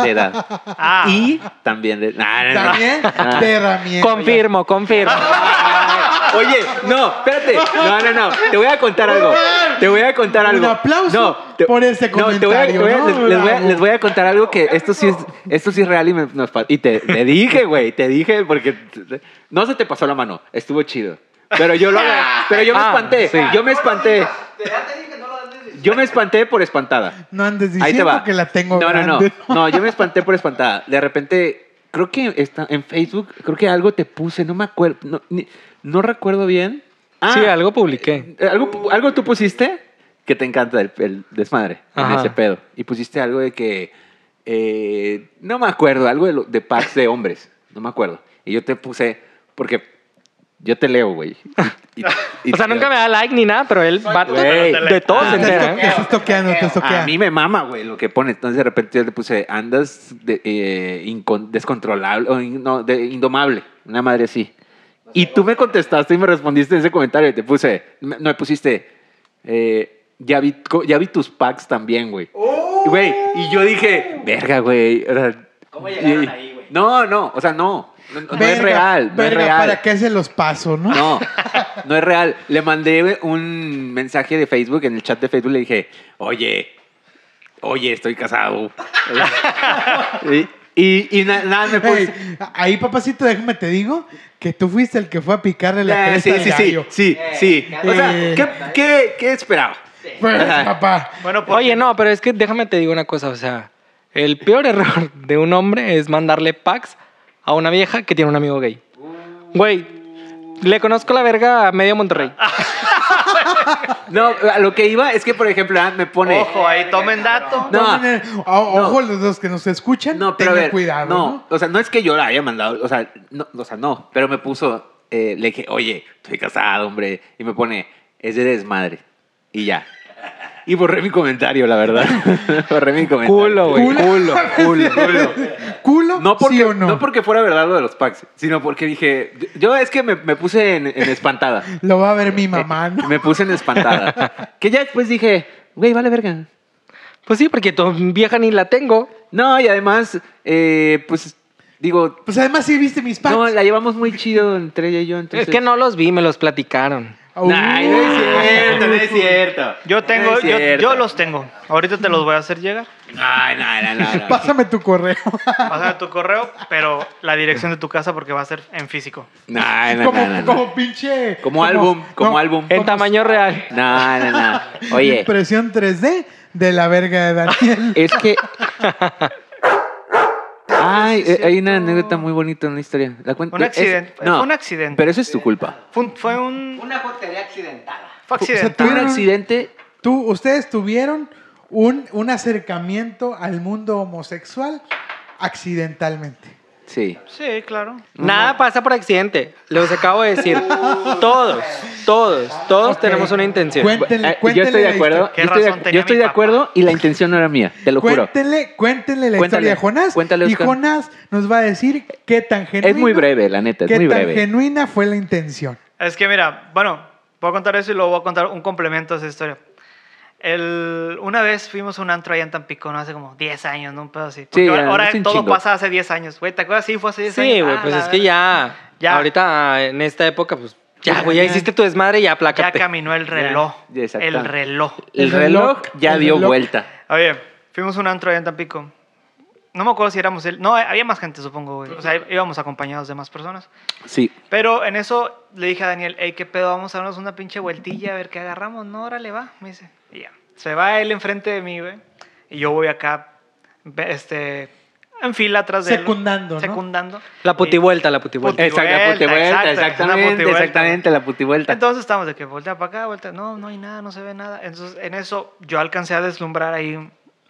de edad. [LAUGHS] Ah, Y también de... Nah, nah, nah. También [LAUGHS] Ah. de herramienta. Confirmo, [LAUGHS] confirmo. Oye, no, espérate. No, no, no. Te voy a contar algo. Te voy a contar algo. Un aplauso por este te voy a- te voy a- comentario, ¿no? les, les voy a, Bravo. les voy a contar algo que esto sí es, esto sí es real y, me- nos pa- y te, te dije, güey. Te dije porque no se te pasó la mano. Estuvo chido. Pero yo lo Pero yo me Ah, espanté. sí. Yo me espanté. Yo me espanté por espantada. No andes Ahí te diciendo va. que la tengo no, no, no, grande. no. Yo me espanté por espantada. De repente, creo que está en Facebook, creo que algo te puse, no me acuerdo, no, ni- no recuerdo bien. Ah, Sí, algo publiqué. eh, algo, algo tú pusiste que te encanta el, el desmadre en Ajá. ese pedo. Y pusiste algo de que, eh, no me acuerdo, algo de, lo- de packs de hombres, no me acuerdo. Y yo te puse, porque yo te leo, güey. Y- [LAUGHS] y- O sea, nunca me da like ni nada, pero él va Güey, de todo ah, se [LAUGHS] Te [LAUGHS] entera. estoquea, ¿eh? te estoquea, no te estoquea. A mí me mama, güey, lo que pone. Entonces de repente yo le puse, andas de- eh, incon- descontrolable, o in- no, de- indomable, una madre así. Y tú me contestaste y me respondiste en ese comentario y te puse, me- no me pusiste, eh, ya, vi, co- ya vi tus packs también, güey. Güey, y yo dije, verga, güey. o sea, ¿Cómo llegaron y- ahí, güey? No, no, o sea, no. No, no es Verga, real, no verga, es real. ¿Para qué se los paso, no? [LAUGHS] No, no es real. Le mandé un mensaje de Facebook, en el chat de Facebook le dije, oye, oye, [LAUGHS] estoy casado. y y, y na- nada, me puse... Ey, Pues, ahí, papacito, déjame te digo que tú fuiste el que fue a picarle la Eh, cresta sí, al sí, sí, gallo. sí, sí. O sea, Eh. ¿qué, qué, qué esperaba? Pues, Ajá. papá. bueno, pues, Oye, no, pero es que déjame te digo una cosa, o sea, el peor error de un hombre es mandarle packs a una vieja que tiene un amigo gay. Güey, le conozco la verga a medio Monterrey. Ah, No, a lo que iba es que, por ejemplo, ah, me pone... ojo, ahí tomen dato. No. Tomen el- o- ojo, los dos que nos escuchan, No, pero a tengan ver, cuidado. no, No. o sea, no es que yo la haya mandado, o sea, no, o sea, no, pero me puso, eh, le dije, oye, estoy casado, hombre, y me pone, es de desmadre, y ya. Y borré mi comentario, la verdad. [LAUGHS] borré mi comentario. Culo, güey. Culo, culo. ¿Culo? No porque, ¿sí o no? porque fuera verdad lo de los packs, sino porque dije, yo es que me, me puse en, en espantada. Eh, Lo va a ver mi [LAUGHS] mamá, ¿no? Me puse en espantada. Que ya después dije, güey, vale verga. [LAUGHS] Pues sí, porque tu vieja ni la tengo. No, y además, eh, pues, digo, Pues además sí viste mis packs. No, la llevamos muy chido entre ella y yo. Entonces... Es que no los vi, me los platicaron. Uh, Ay, no es cierto, no es cierto. Yo tengo, No es yo, cierto. yo los tengo. Ahorita te los voy a hacer llegar. Ay, no, no, no, no. Pásame tu correo. Pásame tu correo, pero la dirección de tu casa porque va a ser en físico. No, no, como, no, no. como pinche. Como álbum, como álbum. En tamaño real. No, no, no. Oye, Impresión 3D de la verga de Daniel. es que. Ay, eh, hay una anécdota muy bonita en la historia. La cuenta. Un accidente, fue un accidente. Pero eso es tu culpa. Fue un, fue un Una jotería accidentada. fue O sea, accidental. Fue un Tuvieron- accidente. Tú, ustedes tuvieron un, un acercamiento al mundo homosexual accidentalmente. Sí. Sí, claro. Nada pasa por accidente. Les acabo de [LAUGHS] decir. Todos, todos, todos Ok. tenemos una intención. Cuéntenle, Eh, yo cuéntenle estoy de la acuerdo. historia. ¿Qué Yo estoy de, razón tenía yo estoy mi de papá? acuerdo y la intención no era mía, te lo juro. Cuéntenle, cuéntenle la Cuéntale, historia de Jonás. cuéntale, y Oscar. Jonás nos va a decir qué tan genuina. Es muy breve, la neta, es qué muy tan breve. genuina fue la intención. Es que mira, bueno, voy a contar eso y luego voy a contar un complemento a esa historia. El, una vez fuimos a un antro allá en Tampico, ¿no? Hace como 10 años, ¿no? Un pedo así. Porque Sí, ahora, ya, ahora hace un todo chingo. pasa hace 10 años. Güey, ¿te acuerdas? Sí, fue hace 10 años. Sí, güey, Ah, pues la es que verga. ya, Ya. Ahorita, en esta época, pues Ya, güey, ya hiciste tu desmadre y ya Ya aplácate. caminó el reloj. ya, exacto. el reloj. El El reloj, reloj ya el dio reloj. vuelta. Oye, fuimos a un antro allá en Tampico. No me acuerdo si éramos él. No, había más gente, supongo, güey. O sea, íbamos acompañados de más personas. Sí. Pero en eso le dije a Daniel, hey, qué pedo, vamos a darnos una pinche vueltilla a ver qué agarramos. No, órale, va, me dice. Y ya. Se va él enfrente de mí, güey. Y yo voy acá, ve- este, en fila atrás de él. Secundando, ¿no? Secundando. La putivuelta, la putivuelta. Puti- Exacto, la vuelta, putivuelta, exacto, una exactamente, putivuelta. exactamente, la putivuelta. Entonces estamos de que voltea para acá, voltea. No, no hay nada, no se ve nada. Entonces en eso yo alcancé a deslumbrar ahí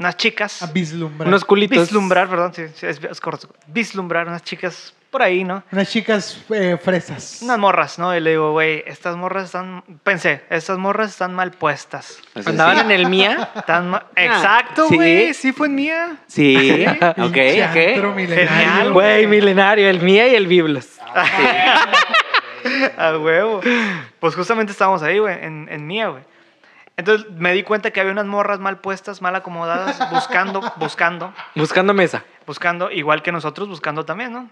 unas chicas. A vislumbrar. Unos culitos. Vislumbrar, perdón, sí, sí, es, es correcto. Vislumbrar unas chicas por ahí, ¿no? Unas chicas eh, fresas. Unas morras, ¿no? Y le digo, güey, estas morras están. Pensé, estas morras están mal puestas. Así, pues, Andaban en el mía. Están [LAUGHS] ma- Exacto, Ah, sí. güey. Sí, fue en mía. Sí, sí. ok, Pinche antro Genial, ok. milenario. Güey, milenario, el mía y el Biblos. A huevo. Pues justamente estábamos ahí, güey, en, en mía, güey. Entonces me di cuenta que había unas morras mal puestas, mal acomodadas, buscando, [LAUGHS] buscando. Buscando mesa. buscando, igual que nosotros, buscando también, ¿no?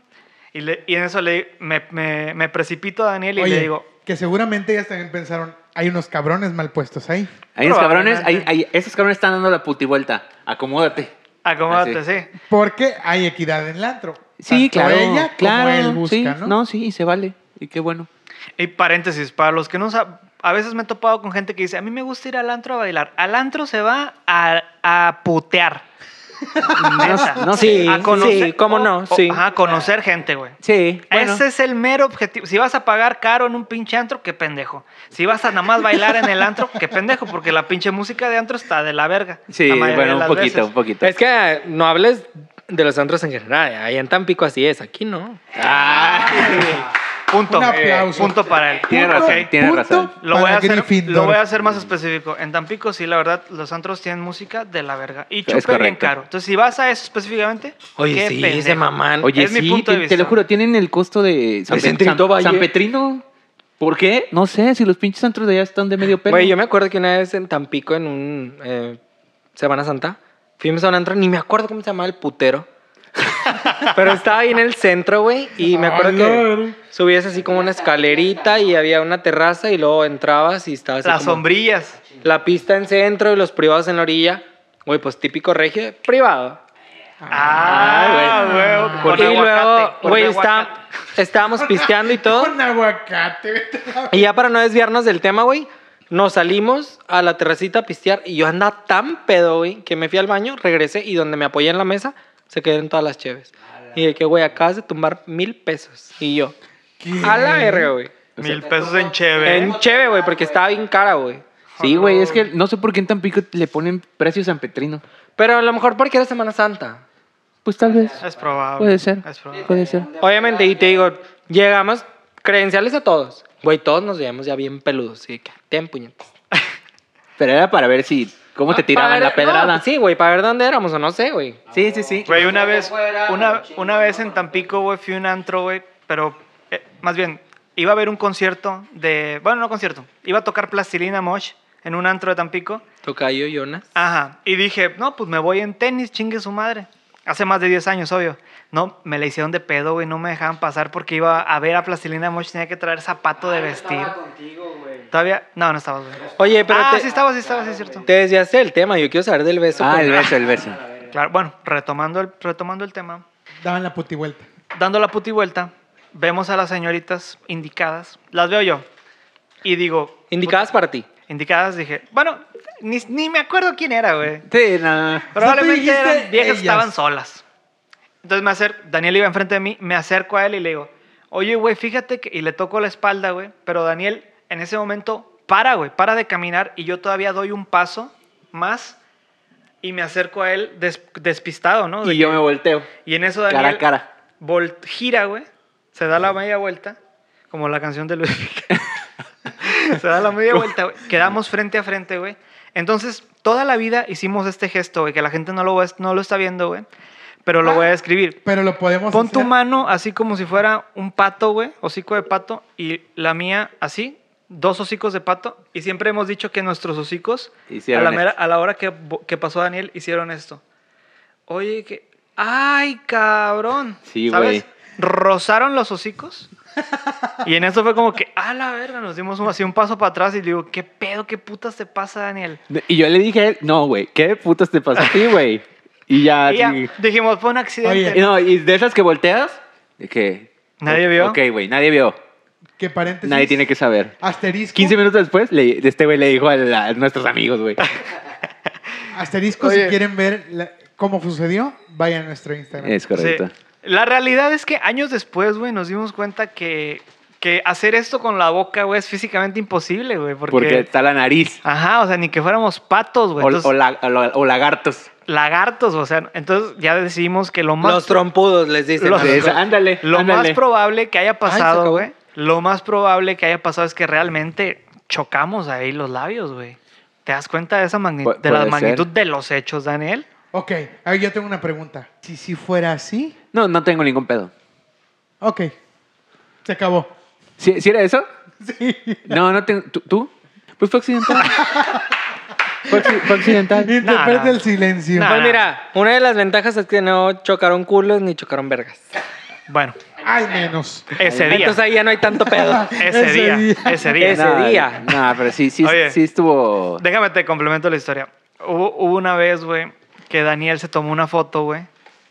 Y, le- y en eso le, me, me- me precipito a Daniel y Oye, le digo, que seguramente ellas también pensaron, hay unos cabrones mal puestos ahí. Hay unos cabrones, hay, Probablemente. hay- esos cabrones están dando la putivuelta. Acomódate. acomódate, Así. sí. Porque hay equidad en el antro. Sí, Tanto claro. ella claro, como él busca, sí, ¿no? sí, y se vale. Y qué bueno. Y paréntesis, para los que no saben, a veces me he topado con gente que dice, a mí me gusta ir al antro a bailar. Al antro se va a, a putear. Neta. [LAUGHS] no sí, sé. a conocer, sí, cómo no, o- sí. ajá, a conocer gente, güey. Sí, bueno. Ese es el mero objetivo. Si vas a pagar caro en un pinche antro, qué pendejo. Si vas a nada más bailar en el antro, qué pendejo, porque la pinche música de antro está de la verga. Sí, la mayoría de bueno, un las poquito, veces. un poquito. Es que no hables de los antros en general. Allá en Tampico así es, aquí no. Ah, Punto. Un aplauso. Punto para él. Tiene Punto- razón, Ok. tiene punto razón. Lo voy, para a hacer, Gryffindor. lo voy a hacer más específico. En Tampico, sí, la verdad, los antros tienen música de la verga. Y chupe bien correcto. caro. Entonces, si vas a eso específicamente, Oye, qué sí, pendejo. ese mamán. Oye, Es sí, mi punto de te- vista. te lo juro, tienen el costo de San, De Pe- Centrito San- Valle. San Petrino. ¿Por qué? No sé, si los pinches antros de allá están de medio pelo. Güey, yo me acuerdo que una vez en Tampico, en un eh, Semana Santa, fuimos a un antro, ni me acuerdo cómo se llamaba el putero. [LAUGHS] Pero estaba ahí en el centro, güey, y me acuerdo Ah, que no. subías así como una escalerita y había una terraza y luego entrabas y estabas así Las como sombrillas. la pista en centro y los privados en la orilla. Güey, pues típico regio, privado. Ah, güey. huevo. Con y luego, aguacate, con güey, aguacate. está- estábamos pisteando y todo. Un aguacate. vete a la- Y ya para no desviarnos del tema, güey, nos salimos a la terracita a pistear y yo andaba tan pedo, güey, que me fui al baño, regresé y donde me apoyé en la mesa se quedaron todas las cheves. Y de que, güey, acabas de tumbar mil pesos. Y yo, ¿Qué? a la verga, güey. Mil pesos en cheve. En cheve, güey, porque estaba bien cara, güey. Sí, güey, es que no sé por qué en Tampico le ponen precio San Petrino. Pero a lo mejor porque era Semana Santa. Pues tal vez. Es probable. Puede ser. Ah, Es probable. Puede ser. Obviamente, y te digo, llegamos credenciales a todos. Güey, todos nos veíamos ya bien peludos. Y de que, ten puñetas. Pero era para ver si. ¿Cómo te tiraban la Ah, Para ver- pedrada? no, sí, güey, para ver dónde éramos o no sé, güey. sí, sí, sí. Güey, una vez, una, una vez en Tampico, güey, fui a un antro, güey, pero eh, más bien, iba a ver un concierto de, bueno, no concierto, iba a tocar Plastilina Mosh en un antro de Tampico. Tocayo, Jonas. Ajá, y dije, no, pues me voy en tenis, chingue su madre. Hace más de 10 años, obvio. No, me la hicieron de pedo, güey, no me dejaban pasar porque iba a ver a Plastilina Mosh, tenía que traer zapato Ah, de vestir. Todavía, no, no estabas, güey. Oye, pero Ah, te, sí estabas, sí estabas, sí es cierto. te desviaste del tema. Yo quiero saber del beso. Ah, con- el beso, el beso. Claro, bueno, retomando el, retomando el tema. Daban la puti vuelta. dando la puti vuelta, vemos a las señoritas indicadas, las veo yo, y digo... Indicadas para ti. "Puta". Indicadas, dije, bueno, ni, ni me acuerdo quién era, güey. Sí, nada. Probablemente dijiste eran viejas que ellas. estaban solas. Entonces me acerco, Daniel iba enfrente de mí, me acerco a él y le digo, oye, güey, fíjate que... Y le toco la espalda, güey, pero Daniel en ese momento para, güey, para de caminar y yo todavía doy un paso más y me acerco a él des- despistado, ¿no? De Y que- yo me volteo. y en eso Daniel Cara a cara. vol- gira, güey. Se da la media vuelta, como la canción de Luis. Miguel. [LAUGHS] se da la media vuelta, güey. Quedamos frente a frente, güey. Entonces, toda la vida hicimos este gesto, güey, que la gente no lo, va a- no lo está viendo, güey. Pero lo voy a describir. Pero lo podemos Pon tu hacer. mano así como si fuera un pato, güey, hocico de pato, y la mía así, dos hocicos de pato. Y siempre hemos dicho que nuestros hocicos, a Hicieron la, mera- esto. a la hora que, bo- que pasó Daniel, hicieron esto. Oye, que... ¡Ay, cabrón! Sí, ¿Sabes? güey. Rozaron los hocicos Y en eso fue como que, a la verga, nos dimos un- así un paso para atrás y le digo, ¿qué pedo, qué putas te pasa, Daniel? Y yo le dije a él, no, güey, ¿qué putas te pasa a ti, güey? Y ya, Y ya, Ah, sí. dijimos, fue un accidente. Y no, y de esas que volteas, de que... Nadie vio. Ok, güey, nadie vio. Que paréntesis. Nadie tiene que saber. Asterisco. 15 minutos después, le- este güey le dijo a, la- a nuestros amigos, güey. Asterisco, Oye. si quieren ver la- cómo sucedió, vayan a nuestro Instagram. Es correcto. Sí. La realidad es que años después, güey, nos dimos cuenta que, que hacer esto con la boca, güey, es físicamente imposible, güey. Porque, Porque está la nariz. Ajá, o sea, ni que fuéramos patos, O, güey. Entonces, o la- o la- o lagartos. Lagartos, o sea, entonces ya decidimos que lo más... Los trompudos les dicen. Los- a los- Esa, ándale, Lo ándale. más probable que haya Ay, se pasado, acabó. güey. Lo más probable que haya pasado es que realmente chocamos ahí los labios, güey. ¿Te das cuenta de esa magni- Pu- de la puede ser. magnitud de los hechos, Daniel? Ok, ahí yo tengo una pregunta. Si si fuera así, No, no tengo ningún pedo. ok. Se acabó. ¿Sí, [LAUGHS] sí era eso? Sí. No, no tengo... ¿Tú? tú? Pues fue accidental. [LAUGHS] fue, acci- fue accidental. [LAUGHS] Interpreta no. el silencio. No. Pues mira, una de las ventajas es que no chocaron culos ni chocaron vergas. Bueno, Al menos. ese día. Entonces ahí ya no hay tanto [LAUGHS] pedo. Ese ese día, día. ese día. Ese No, día. No, pero sí, sí, Oye. sí estuvo... Déjame te complemento la historia. Hubo, hubo una vez, güey, que Daniel se tomó una foto, güey,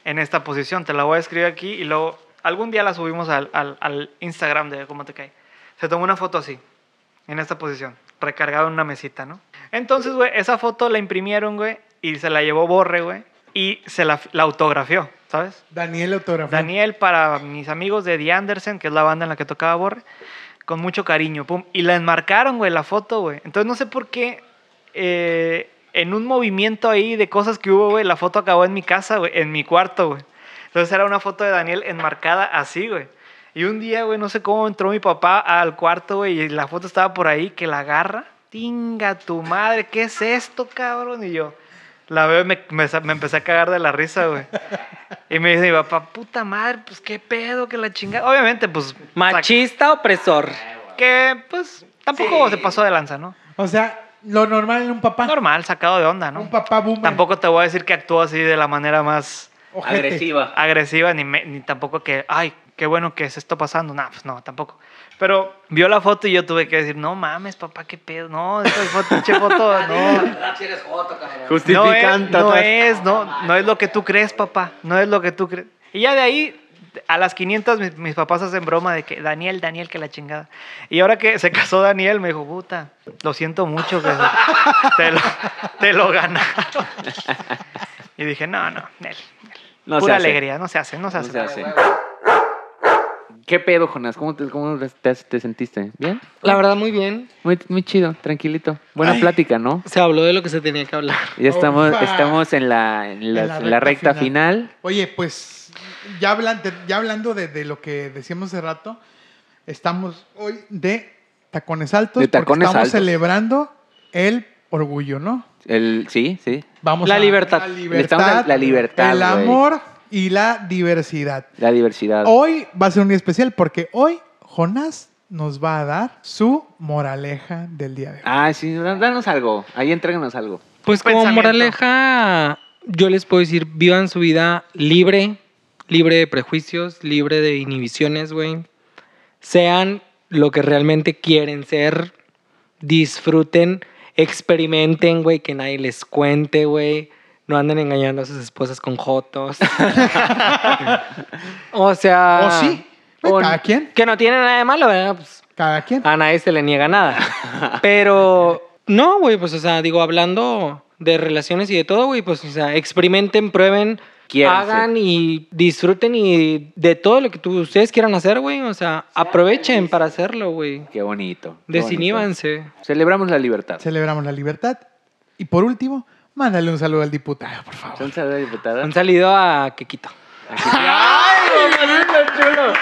en esta posición. Te la voy a escribir aquí y luego algún día la subimos al, al- al Instagram de cómo te cae. Se tomó una foto así, en esta posición, recargado en una mesita, ¿no? Entonces, güey, esa foto la imprimieron, güey, y se la llevó Borre, güey, y se la, la autografió, ¿sabes? Daniel autógrafo. Daniel para mis amigos de The Andersen, que es la banda en la que tocaba Borre, con mucho cariño, pum. Y la enmarcaron, güey, la foto, güey. Entonces no sé por qué eh, en un movimiento ahí de cosas que hubo, güey, la foto acabó en mi casa, güey, en mi cuarto, güey. Entonces era una foto de Daniel enmarcada así, güey. Y un día, güey, no sé cómo entró mi papá al cuarto, güey, y la foto estaba por ahí, que la agarra. Tinga tu madre, ¿qué es esto, cabrón? Y yo la veo y me, me sa- me empecé a cagar de la risa, güey. Y me dice mi papá, puta madre, pues qué pedo, que la chingada. Obviamente, pues. Machista opresor. Que, pues, tampoco se pasó de lanza, ¿no? O sea, lo normal en un papá. Normal, sacado de onda, ¿no? Un papá boomer. Tampoco te voy a decir que actuó así de la manera más Ojete. Agresiva. agresiva, ni, me- ni tampoco que, ay, qué bueno que se está pasando. No, pues no, tampoco. Pero vio la foto y yo tuve que decir, no mames, papá, qué pedo. No, esta foto, che foto, no. No es, [LAUGHS] Justificando. no atrás. es, no, no es lo que tú crees, papá. No es lo que tú crees. Y ya de ahí, a las 500, mis, mis papás hacen broma de que Daniel, Daniel, que la chingada. Y ahora que se casó Daniel, me dijo, puta, lo siento mucho, que te, lo, te lo [LAUGHS] ganaron. Y dije, no, no, Nel, No se pura hace. alegría, no se hace, no se No hace. se hace. ¿Qué pedo, Jonás? ¿Cómo te, cómo te, te sentiste? ¿Bien? La verdad, muy bien. Muy, muy chido, tranquilito. Buena plática, ¿no? Se habló de lo que se tenía que hablar. Ya estamos, Opa. estamos en la, en la- En la en la recta recta final. Oye, pues ya, hablan- de- ya hablando de, de lo que decíamos hace rato, estamos hoy de tacones altos. De porque tacones estamos altos. celebrando el orgullo, ¿no? El, sí, sí. Vamos La a- libertad. La Estamos libertad. en la libertad, El güey. amor y la diversidad. La diversidad. Hoy va a ser un día especial porque hoy Jonás nos va a dar su moraleja del día de hoy. Ah, sí, dan- danos algo. Ahí entréganos algo. Pues como Pensamiento. moraleja, yo les puedo decir, vivan su vida libre, libre de prejuicios, libre de inhibiciones, güey. Sean lo que realmente quieren ser, disfruten, experimenten, güey, que nadie les cuente, güey. No anden engañando a sus esposas con [LAUGHS] jotos. o sea... ¿O sí? Pues, o- cada quien, Que no tiene nada de malo, ¿verdad? Pues, cada quien. a nadie se le niega nada. Pero, no, güey, pues, o sea, digo, hablando de relaciones y de todo, güey, pues, o sea, experimenten, prueben, Quiéranse. hagan y disfruten y de todo lo que tú- ustedes quieran hacer, güey, o sea, aprovechen para hacerlo, güey. Qué bonito. qué Desiníbanse. bonito. Celebramos la libertad. Celebramos la libertad. Y por último, mándale un saludo al diputado, por favor. ¿Son saludos, diputada? Han salido a Quequito. ¡Ay, bonito, chulo!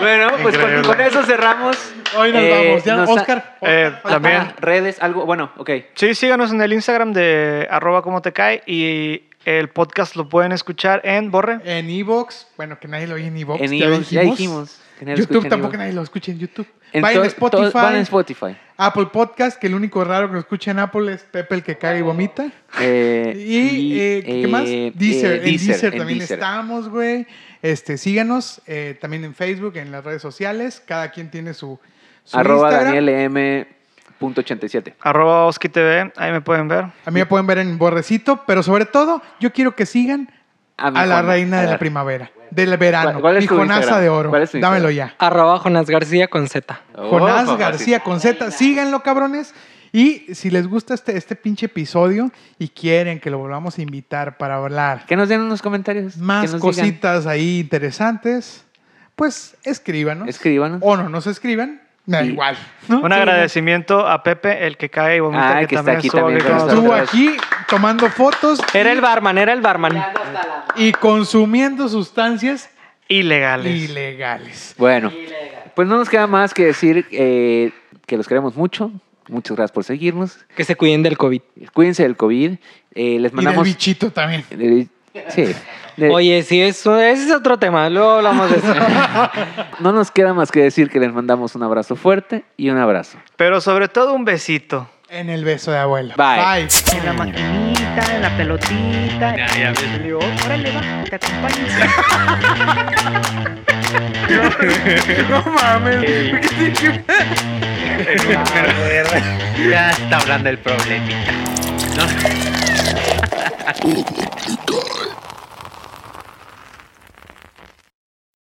Bueno, pues con, Increíble. con eso cerramos. Hoy nos Eh, vamos. Ya, nos ha- Oscar. Eh, Pues, también. Ah, redes, algo. Bueno, ok. Sí, síganos en el Instagram de arroba como te cae y el podcast lo pueden escuchar en Borre. En Evox. Bueno, que nadie lo oye en Evox. En iVoox, ya dijimos. que nadie lo YouTube escucha en tampoco iVoox. nadie lo escucha en YouTube. En Vayan a to- to- Spotify. [LAUGHS] Vayan a Spotify. Apple Podcast, que el único raro que lo escucha en Apple es Pepe el que caga y vomita. Eh, Y, eh, ¿qué eh, más? eh, Deezer, en Deezer, Deezer en también Deezer. estamos, güey. Este, síganos eh, también en Facebook, en las redes sociales. Cada quien tiene su, su Arroba Instagram. DanielM.87. Arroba Oski TV, ahí me pueden ver. A mí me pueden ver en Borrecito, pero sobre todo yo quiero que sigan Ah, mi a la Juana. reina de A la ver. primavera, del verano. ¿Cuál- cuál es tu Mijonaza Instagram? de oro. ¿Cuál es tu Dámelo Instagram? ya. Arroba Jonás García con Z. Oh, Jonás papacito. García con Z. Síganlo, cabrones. Y si les gusta este, este pinche episodio y quieren que lo volvamos a invitar para hablar Que nos den unos comentarios. que más nos cositas ahí interesantes, pues escríbanos. digan. Escríbanos. o no nos escriban, me da Y- igual. ¿no? Un agradecimiento a Pepe, el que cae y vomita, Ah, que, que está también aquí estuvo también aquí con con nosotros. Estuvo aquí tomando fotos Era el barman, era el barman. Ya no está la- y consumiendo sustancias Ilegales. ilegales. Bueno, pues no nos queda más que decir eh, que los queremos mucho. Muchas gracias por seguirnos. Que se cuiden del COVID. Cuídense del COVID. Eh, les Y del mandamos. bichito también. Eh, Sí. Le- Oye, sí, eso, ese es otro tema. Luego hablamos de eso. No nos queda más que decir que les mandamos un abrazo fuerte y un abrazo. Pero sobre todo un besito. En el beso de abuelo. Bye. Bye. En la maquinita, en la pelotita. Ya, ya, Órale, va, te acompaño. Ya está hablando el problema.